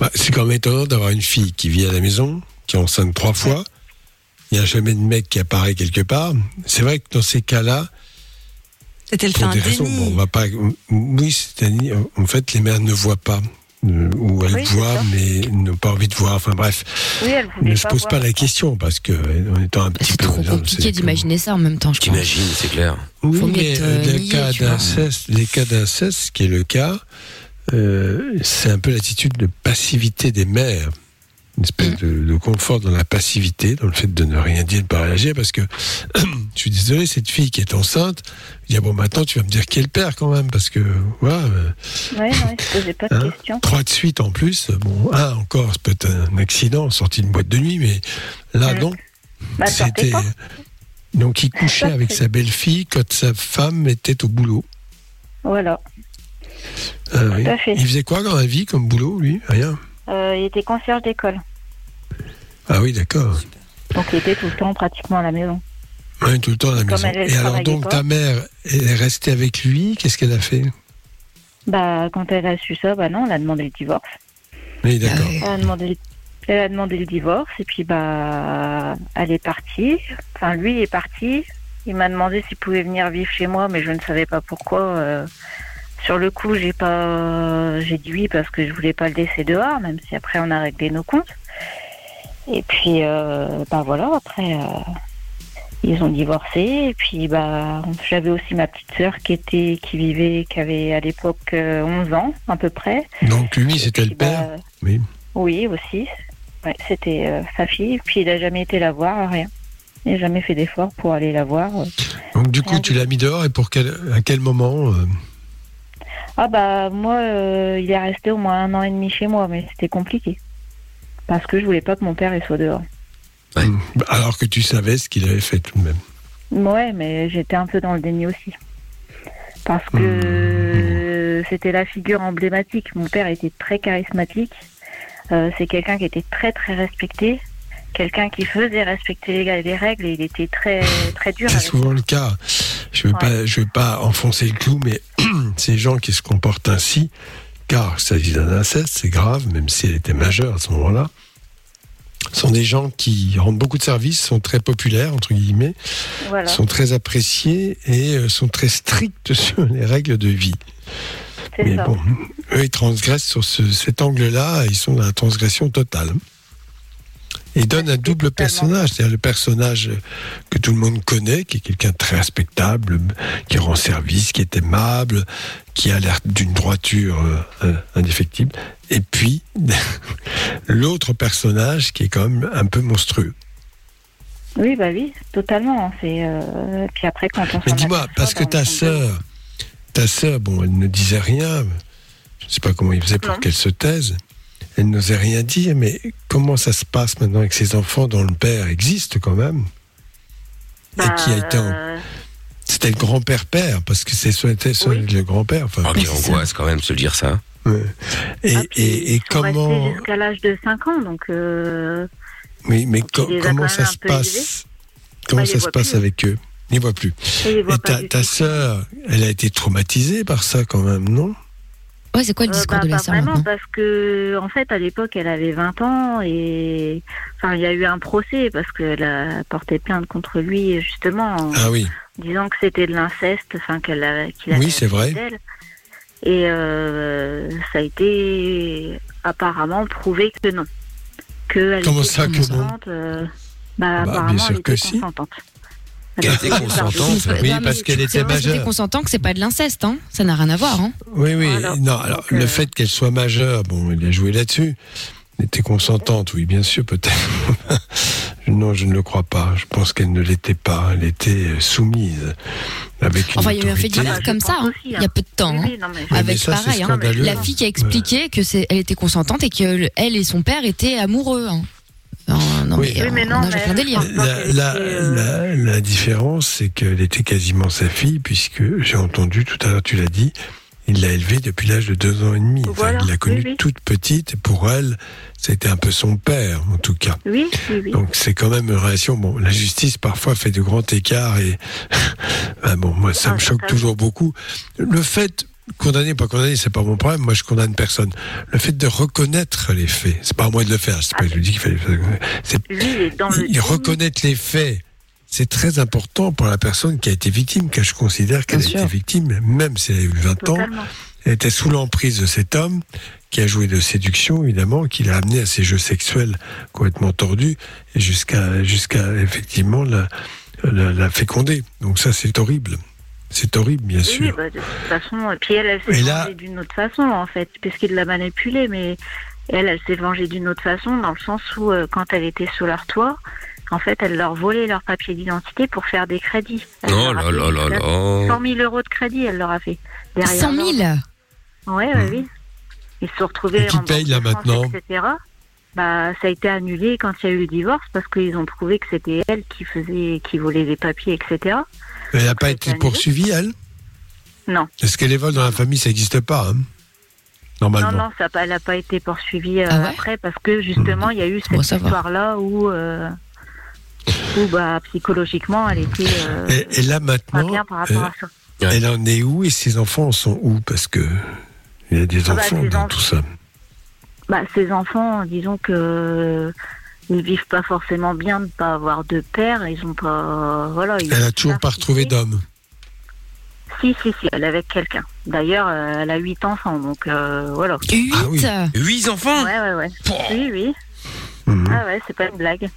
S3: Bah, C'est quand même étonnant d'avoir une fille qui vit à la maison, qui est enceinte trois fois. Il n'y a jamais de mec qui apparaît quelque part. C'est vrai que dans ces cas-là,
S5: Peut-être elle fait
S3: pour
S5: un
S3: des raisons,
S5: déni.
S3: bon, on va pas. Oui, c'est-à-dire, en fait, les mères ne voient pas. Euh, Ou elles
S12: Oui, c'est
S3: voient,
S12: ça.
S3: mais n'ont pas envie de voir. Enfin bref,
S12: Oui, elle voulait
S3: ne se
S12: pas
S3: pose
S12: voir.
S3: pas la question parce que, euh, en étant un petit peu.
S4: Trop compliqué d'imaginer ça en même temps, je pense.
S2: T'imagines, c'est clair.
S3: Oui,
S4: Faut mieux
S3: mais
S4: être,
S3: euh,
S4: euh,
S3: le
S4: nié,
S3: cas
S4: tu vois.
S3: d'inceste, les cas d'inceste, ce qui est le cas, euh, c'est un peu l'attitude de passivité des mères. Une espèce
S4: Mm.
S3: de, de confort dans la passivité, dans le fait de ne rien dire, de ne pas réagir, parce que je suis désolé, cette fille qui est enceinte, il dit bon maintenant tu vas me dire qui est le père quand même, parce que voilà, euh,
S12: Ouais, non, elle se posait pas de
S3: Hein
S12: questions.
S3: trois de suite en plus, bon un encore, c'est peut-être un accident sorti d'une boîte de nuit, mais là non,
S12: Bah, elle sortait
S3: c'était euh,
S12: pas.
S3: donc il couchait avec sa belle-fille quand sa femme était au boulot.
S12: Voilà.
S3: Ah oui.
S12: Tout à fait.
S3: Il faisait quoi dans la vie comme boulot, lui Rien.
S12: Euh, il était concierge d'école.
S3: Ah oui, d'accord.
S12: Donc il était tout le temps pratiquement à la maison.
S3: Ouais, tout le temps à la
S12: Comme
S3: maison.
S12: elle, elle
S3: Et alors
S12: travaillait
S3: donc
S12: pas.
S3: ta mère elle est restée avec lui, qu'est-ce qu'elle a fait
S12: Bah, quand elle a su ça, bah non, elle a demandé le divorce.
S3: Oui, d'accord.
S12: Elle a demandé le, elle a demandé le divorce et puis bah elle est partie. Enfin lui est parti. Il m'a demandé s'il pouvait venir vivre chez moi, mais je ne savais pas pourquoi. euh. sur le coup, j'ai pas, j'ai dit oui parce que je voulais pas le laisser dehors, même si après on a réglé nos comptes. Et puis euh, bah voilà, après euh, ils ont divorcé. Et puis bah j'avais aussi ma petite sœur qui était, qui vivait, qui avait à l'époque euh, 11 ans à peu près.
S3: Donc lui, c'était le
S12: Puis, bah,
S3: père Oui.
S12: oui, aussi. Ouais, c'était euh, sa fille. Puis il n'a jamais été la voir, rien. n'ai jamais fait d'effort pour aller la voir. euh,
S3: Donc du coup, tu l'as mis dehors et pour quel, à quel moment euh,
S12: Ah bah moi, euh, il est resté au moins un an et demi chez moi, mais c'était compliqué. Parce que je voulais pas que mon père il soit dehors.
S3: bah, Alors que tu savais ce qu'il avait fait tout de même.
S12: Ouais, mais j'étais un peu dans le déni aussi. Parce que c'était la figure emblématique. Mon père était très charismatique. Euh, c'est quelqu'un qui était très très respecté. Quelqu'un qui faisait respecter les, les règles et il était très très dur.
S3: C'est
S12: avec-
S3: souvent le cas. Je ne veux, pas- je veux pas enfoncer le clou, mais ces gens qui se comportent ainsi, car il s'agit d'un inceste, c'est grave, même si elle était majeure à ce moment-là, sont des gens qui rendent beaucoup de services, sont très populaires, entre guillemets,
S12: Voilà.
S3: sont très appréciés et euh, sont très stricts sur les règles de vie.
S12: C'est
S3: Mais
S12: ça.
S3: bon, eux, ils transgressent sur ce- cet angle-là, ils sont dans la transgression totale. Ils donnent un double personnage, c'est-à-dire le personnage que tout le monde connaît, qui est quelqu'un de très respectable, qui rend service, qui est aimable, qui a l'air d'une droiture euh, euh, indéfectible, et puis l'autre personnage qui est quand même un peu monstrueux.
S12: Oui, bah oui, totalement. C'est euh, puis après quand on
S3: Mais
S12: s'en
S3: dis-moi,
S12: aperçoit,
S3: parce que
S12: bah, on
S3: ta
S12: s'en doute.
S3: sœur, ta sœur, bon, elle ne disait rien. Je ne sais pas comment il faisait pour qu'elle se taise. Elle n'osait rien dire, mais comment ça se passe maintenant avec ces enfants dont le père existe quand même Et qui a été en-
S12: Bah,
S3: C'était le grand-père-père, parce que c'est c'était soit le grand-père. Enfin,
S2: Oh, quelle angoisse quand même de se le dire ça.
S3: Ouais. Et, et- et
S12: Ah, Ils sont restés
S3: comment.
S12: jusqu'à l'âge de 5 ans, donc. euh,
S3: Oui, mais co-
S12: il les a
S3: comment
S12: quand
S3: ça
S12: même un
S3: se
S12: peu élevés.
S3: passe Comment
S12: Bah, il les
S3: ça se
S12: voit
S3: passe
S12: plus.
S3: avec eux Ils ne voient plus.
S12: Ils les voient
S3: Et
S12: pas
S3: ta,
S12: du
S3: ta sœur, elle a été traumatisée par ça quand même, non
S4: Ouais, c'est quoi le
S12: Euh,
S4: discours
S12: bah,
S4: de la
S12: pas
S4: sœur
S12: vraiment,
S4: maintenant
S12: parce que en fait, à l'époque, elle avait 20 ans et enfin, il y a eu un procès parce qu'elle a porté plainte contre lui justement en
S3: Ah oui.
S12: disant que c'était de l'inceste, enfin qu'elle a- qu'il avait
S3: Oui, c'est
S12: abusé
S3: vrai.
S12: d'elle. Et euh, ça a été apparemment prouvé que non, que elle
S3: Comment
S12: était
S3: ça que non
S12: consentante, euh, bah,
S3: bien
S12: apparemment,
S3: sûr
S12: elle était
S3: que si.
S12: consentante.
S3: Elle était
S12: bah,
S3: consentante. Oui, parce qu'elle était
S4: C'était
S3: majeure.
S4: consentant que c'est pas de l'inceste, hein. Ça n'a rien à voir, hein.
S3: Oui, oui. non, alors le fait qu'elle soit majeure, bon, il a joué là-dessus. Elle était consentante, oui, bien sûr, peut-être. non, je ne le crois pas. Je pense qu'elle ne l'était pas. Elle était euh, soumise avec une
S4: Enfin, il y a eu un fait
S3: autorité.
S4: divers comme ça, hein, il y a peu de temps. hein.
S3: mais
S4: Avec
S3: ça, c'est
S4: pareil, hein,
S3: scandaleux.
S4: la fille qui a expliqué que c'est, elle était consentante et que le- elle et son père étaient amoureux. hein. Non, non,
S3: Oui.
S4: mais,
S3: Oui, mais
S4: on-
S3: non,
S4: on a
S3: mais
S4: plein délire.
S3: La, la- la- la différence, c'est qu'elle était quasiment sa fille, puisque j'ai entendu tout à l'heure, tu l'as dit, il l'a élevée depuis l'âge de deux ans et demi. Enfin,
S12: Voilà,
S3: il l'a connue
S12: oui, oui.
S3: toute petite, et pour elle, c'était un peu son père, en tout cas.
S12: Oui, oui, oui.
S3: Donc c'est quand même une relation. Bon, la justice parfois fait de grands écarts et Ah bon, moi ça me choque toujours beaucoup. Le fait condamner pas condamner, c'est pas mon problème. Moi je condamne personne. Le fait de reconnaître les faits, c'est pas à moi de le faire. C'est pas je lui dis qu'il fallait. le faire. C'est
S12: Lui, il est dans le
S3: il reconnaître les faits. C'est très important pour la personne qui a été victime, car je considère qu'elle a été victime, même si elle a eu 20
S12: Totalement.
S3: ans. Elle était sous l'emprise de cet homme qui a joué de séduction, évidemment, qui l'a amené à ces jeux sexuels complètement tordus et jusqu'à, jusqu'à effectivement, la, la, la féconder. Donc ça, c'est horrible. C'est horrible, bien
S12: Oui,
S3: sûr.
S12: oui, bah, de toute façon, et puis elle, elle
S3: Et
S12: s'est
S3: là-
S12: vengée d'une autre façon, en fait, puisqu'il l'a manipulée, mais elle, elle s'est vengée d'une autre façon, dans le sens où, euh, quand elle était sous leur toit, en fait, elle leur volait leur papier d'identité pour faire des crédits. Elle
S2: Oh
S12: leur
S2: là
S12: a fait
S2: là là là.
S12: 100 000 euros de crédit, elle leur a fait.
S4: 100 000
S12: Oui, oui, oui. Ils se sont retrouvés
S3: Hmm. Et qui
S12: en
S3: paye, là,
S12: banque de
S3: maintenant
S12: France, etc. Bah, ça a été annulé quand il y a eu le divorce parce qu'ils ont prouvé que c'était elle qui faisait, qui volait les papiers, etc.
S3: Elle n'a pas été poursuivie, elle
S12: Non.
S3: Est-ce que les vols dans la famille, ça n'existe pas hein Normalement.
S12: Non, non, ça, a pas- elle n'a pas été poursuivie euh, après parce que justement, il y a eu cette
S3: Ah Bon, ça va.
S12: histoire-là où, euh, où bah, psychologiquement, elle était euh,
S3: Et, et là
S12: pas
S3: maintenant,
S12: bien par rapport
S3: euh,
S12: à ça.
S3: elle en est où et ses enfants en sont où Parce que il y a des
S12: Ah bah,
S3: enfants
S12: ses
S3: dans
S12: enfants.
S3: tout ça.
S12: Bah, ses enfants, disons que euh, ils vivent pas forcément bien de pas avoir de père. Ils ont pas, voilà. ils-
S3: Elle a toujours pas retrouvé d'homme.
S12: Si, si, si, elle est avec quelqu'un. D'ailleurs, euh, elle a huit enfants, donc euh, voilà.
S4: Huit
S3: Ah
S2: Huit enfants
S12: Ouais, ouais, ouais. Oui, oui.
S3: Mhm.
S12: Ah ouais, c'est pas une blague.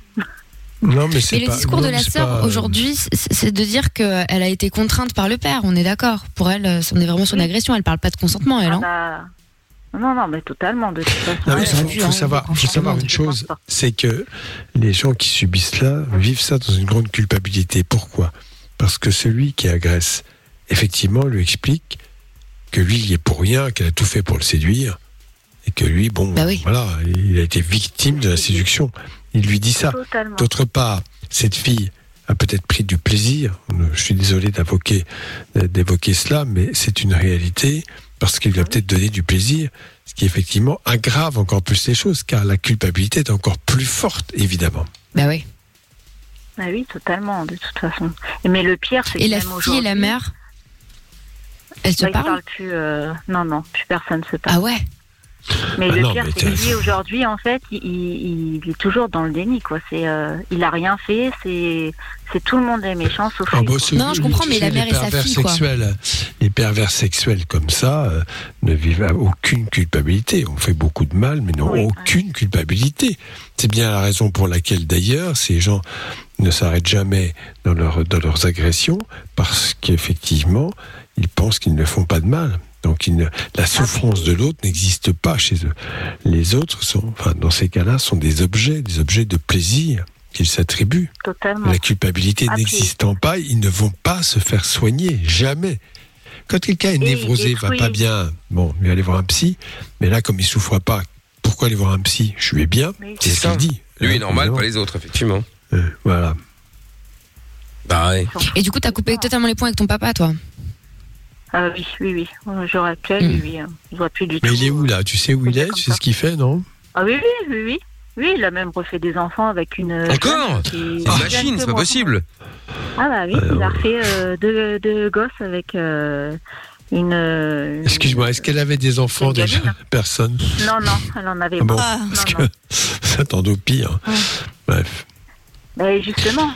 S3: Non, mais
S4: Mais
S3: c'est
S4: le
S3: pas-
S4: discours
S3: non,
S4: de la
S3: mais c'est
S4: sœur
S3: pas, euh,
S4: aujourd'hui, c- c'est de dire qu'elle a été contrainte par le père. On est d'accord. Pour elle, euh, on est vraiment sur une agression. Elle parle pas de consentement, elle. hein.
S12: Ah, Non, non, mais totalement, de toute façon.
S3: Non, mais
S12: Ouais,
S3: faut-
S12: et puis,
S3: faut
S12: hein,
S3: savoir,
S12: donc,
S3: faut savoir
S12: franchement,
S3: une
S12: je
S3: chose, c'est que les gens qui subissent cela vivent ça dans une grande culpabilité. Pourquoi Parce que celui qui agresse, effectivement, lui explique que lui, il est pour rien, qu'elle a tout fait pour le séduire, et que lui, bon, voilà, il a été victime de la séduction. Il lui dit ça.
S12: Totalement.
S3: D'autre part, cette fille a peut-être pris du plaisir. Je suis désolé d'invoquer- d'évoquer cela, mais c'est une réalité parce qu'il lui a peut-être donné du plaisir, ce qui effectivement aggrave encore plus les choses, car la culpabilité est encore plus forte, évidemment.
S4: Bah oui.
S12: Ah oui, totalement, de toute façon. Et- Mais le pire, c'est que
S4: Et la
S12: même
S4: fille et
S12: aujourd'hui,
S4: la mère Elles se
S12: bah, ils
S4: parlent
S12: parlent plus, euh, Non, non, plus personne se parle.
S4: Ah ouais
S12: Mais
S4: Ah
S12: le
S4: non,
S12: pire,
S4: mais
S12: c'est que
S4: t'as-
S12: lui, aujourd'hui, en fait, il, il- il est toujours dans le déni, quoi. C'est, euh, il a rien fait, c'est, c'est tout le monde est méchant, sauf
S3: Ah bah,
S12: lui, quoi.
S3: les pervers sexuels, Les pervers sexuels comme ça euh, ne vivent à aucune culpabilité. On fait beaucoup de mal, mais n'ont aucune culpabilité. C'est bien la raison pour laquelle, d'ailleurs, ces gens ne s'arrêtent jamais dans, leur- dans leurs agressions, parce qu'effectivement, ils pensent qu'ils ne font pas de mal. Donc ils ne- la souffrance de l'autre n'existe pas chez eux. Les autres, sont, enfin, dans ces cas-là, sont des objets, des objets de plaisir qu'ils s'attribuent.
S12: Totalement.
S3: La culpabilité
S12: Ah, puis-
S3: n'existant pas, ils ne vont pas se faire soigner, jamais. Quand quelqu'un est
S12: Et il
S3: névrosé, va
S12: détruit.
S3: pas bien, bon, il va aller voir un psy, mais là, comme il souffre pas, pourquoi aller voir un psy Je suis bien, c'est ce qu'il dit. Hein,
S2: Lui est normal, pas les autres, effectivement.
S3: voilà.
S2: Bah ouais.
S4: Et du coup, t'as coupé totalement les points avec ton papa, toi
S12: Ah oui, oui, oui. Ouais, Je l'accueille,
S4: Hum.
S12: oui. hein. Je vois plus du
S3: Mais il est où là Tu sais où il est Tu sais ce qu'il fait, non
S12: Ah oui, oui, oui, oui. Oui, il a même refait des enfants avec une. euh,
S2: Encore
S12: jeune
S3: Ah,
S12: qui-
S2: C'est une machine,
S12: qui-
S2: c'est pas
S12: Exactement.
S2: possible.
S12: Ah bah oui, il a refait euh, deux, deux gosses avec euh, une. euh, une-
S3: Excuse-moi, est-ce qu'elle avait des enfants déjà Personne.
S12: Non, non, elle en avait
S3: Ah bon,
S12: pas. Non,
S3: parce que
S12: non.
S3: ça tend au pire. Bref.
S12: Mais justement,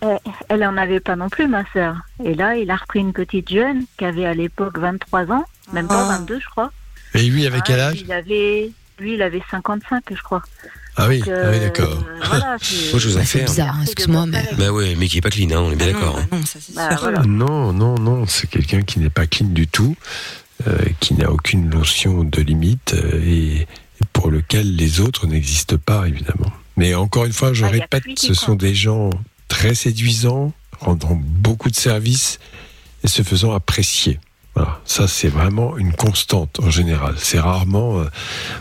S12: elle- elle en avait pas non plus, ma sœur. Et là, il a repris une petite jeune qui avait à l'époque 23 ans, même pas 22, je crois.
S3: Et lui, avec quel
S12: Ah,
S3: âge
S12: il avait, Lui, il avait 55, je crois.
S3: Ah oui,
S12: Donc,
S3: ah oui
S12: euh,
S3: d'accord.
S12: voilà, c'est-
S2: Autre chose à
S12: Bah, c'est
S2: faire.
S12: bizarre, hein,
S4: excuse-moi, mais.
S2: Bah ouais, mais qui est pas clean, hein, on est bien d'accord. hein.
S12: Bah, voilà.
S3: Non, non, non, c'est quelqu'un qui n'est pas clean du tout, euh, qui n'a aucune notion de limite euh, et, et pour lequel les autres n'existent pas, évidemment. Mais encore une fois, je
S12: Ah, y a que
S3: répète,
S12: lui qui
S3: ce sont
S12: compte.
S3: des gens très séduisants, rendant beaucoup de services et se faisant apprécier. Voilà. Ça, c'est vraiment une constante en général. C'est rarement, euh,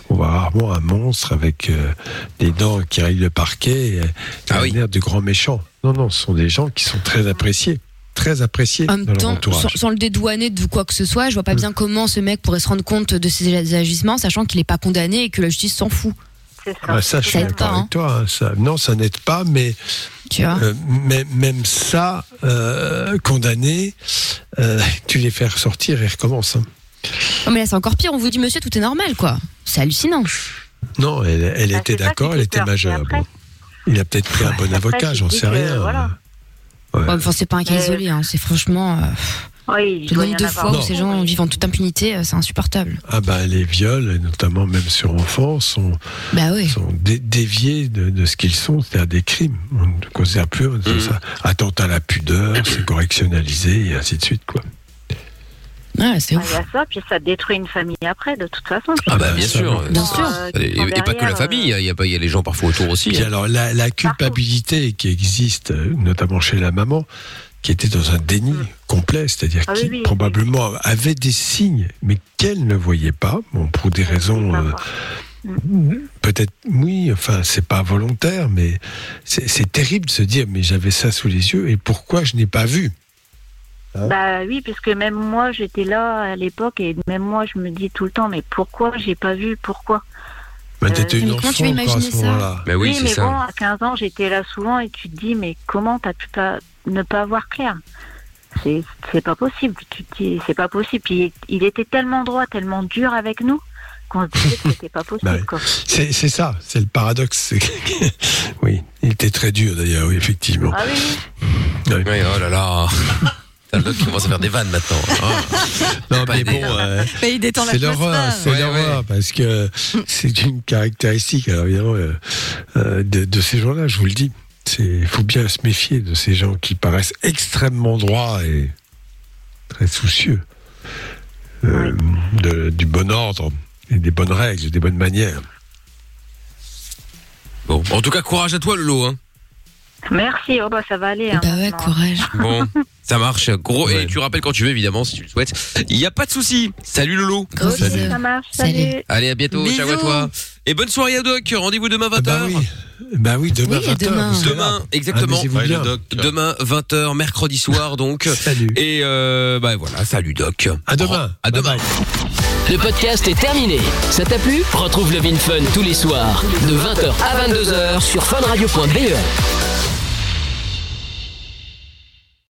S3: on voit rarement un monstre avec euh, des dents qui rayent le parquet et, et un air de grand méchant. Non, non, ce sont des gens qui sont très appréciés, très appréciés
S4: En même
S3: dans Hum. leur
S4: temps,
S3: entourage.
S4: sans, sans le dédouaner de quoi que ce soit, je vois pas bien comment ce mec pourrait se rendre compte de ses agissements, sachant qu'il est pas condamné et que la justice s'en fout.
S3: Ah bah ça, je suis
S4: aide
S3: d'accord
S4: pas,
S3: avec toi. hein, ça. Non, ça n'aide pas, mais,
S4: Tu vois.
S3: euh, mais même ça, euh, condamné, euh, tu les fais ressortir et recommence. hein.
S4: Non, mais là, c'est encore pire. On vous dit, monsieur, tout est normal, quoi. C'est hallucinant.
S3: Non, elle, elle
S4: Bah,
S3: était
S4: c'est ça qui
S3: d'accord,
S4: fait
S3: elle était
S4: peur, c'est
S3: majeure.
S4: après.
S3: bon. Il a peut-être pris un bon avocat,
S4: tu
S3: j'en
S4: te dis
S3: sais
S4: que,
S3: rien. hein.
S4: voilà.
S3: Ouais.
S4: Ouais, enfin, c'est pas un cas
S12: Mais-
S4: isolé, hein. c'est franchement. euh, pff,
S12: Euh, Oui, il
S4: le
S12: doit y
S4: nombre
S12: en
S4: de
S12: avoir
S4: fois où
S12: beaucoup.
S4: ces gens vivent en toute impunité, euh, c'est insupportable.
S3: Ah bah les viols, et notamment même sur enfants, sont,
S4: Bah
S3: sont dé- déviés de, de ce qu'ils sont, c'est-à-dire des crimes. On ne considère plus on dit ça. Attentat à la pudeur, c'est correctionnalisé et ainsi de suite quoi.
S4: Ah, c'est
S12: ouf. Il y a ça, puis ça détruit une famille après, de toute façon.
S2: Ah bah bien
S12: Euh,
S2: sûr.
S12: euh,
S2: euh, Et, et pas que la famille, il y a, pas- il y a les gens parfois autour aussi.
S3: Puis
S2: hein.
S3: alors la, la culpabilité qui existe, euh, notamment chez la maman, qui était dans un déni complet, c'est-à-dire
S2: Mm. Ah oui,
S3: qui
S2: oui, oui.
S3: probablement avait des signes, mais qu'elle ne voyait pas, bon, pour
S2: Ah,
S3: des raisons euh, peut-être, oui, enfin, c'est pas volontaire, mais c'est c'est terrible de se dire, mais j'avais ça sous les yeux, et pourquoi je n'ai pas vu Hein?
S12: Bah oui, puisque même moi, j'étais là à l'époque et même moi, je me dis tout le temps, mais pourquoi j'ai pas vu Pourquoi
S3: Bah, t'étais une
S12: mais comment tu
S3: enfant, quoi,
S12: peux
S3: à ce
S12: imaginer ça
S3: moment-là.
S2: Bah Euh, oui, c'est
S12: mais
S2: ça.
S12: bon, à 15 ans, j'étais là souvent et tu te dis, mais comment t'as pu pas, ne pas voir clair C'est c'est pas possible. Tu te dis, c'est pas possible. Puis il était tellement droit, tellement dur avec nous qu'on se disait que c'était pas possible.
S3: Bah oui.
S12: quoi.
S3: C'est c'est ça, c'est le paradoxe. c'est que- oui, il était très dur d'ailleurs, oui, effectivement.
S12: Ah oui, oui.
S2: Oui, oh là là. T'as le doc qui commence à faire des vannes maintenant. hein.
S3: Ah. Non, mais bon, euh,
S5: Mais il détend
S3: c'est l'horreur,
S5: l'atmosphère.
S3: c'est l'horreur, parce que c'est une caractéristique, alors évidemment, euh, euh, de, de ces gens-là, je vous le dis. Il faut bien se méfier de ces gens qui paraissent extrêmement droits et très soucieux euh, de- du bon ordre. Et des bonnes règles, des bonnes manières.
S2: Bon, en tout cas, courage à toi, Lolo. Hein.
S12: Merci, oh bah ça va aller. bah ouais,
S4: courage.
S2: Bon, ça marche. Gros, et tu rappelles quand tu veux, évidemment, si tu le souhaites. Il n'y a pas de souci. Salut, Lolo.
S12: Ça marche, salut.
S2: Allez, à bientôt. Ciao à
S12: Bisous.
S2: toi. Et bonne soirée à Doc. Rendez-vous demain 20h.
S3: Bah Ah oui, demain,
S2: Oui,
S3: 20 heures,
S2: demain.
S3: vous serez
S2: Demain,
S3: là.
S2: exactement.
S3: Amusez-vous
S2: Ouais,
S3: bien.
S2: le doc. Demain, 20h, mercredi soir, donc.
S3: salut.
S2: Et euh, bah voilà, salut Doc. À demain. À demain.
S1: Le podcast est terminé. Ça t'a E plu Retrouve Love in Fun tous les soirs de 20h à 22h sur funradio.be.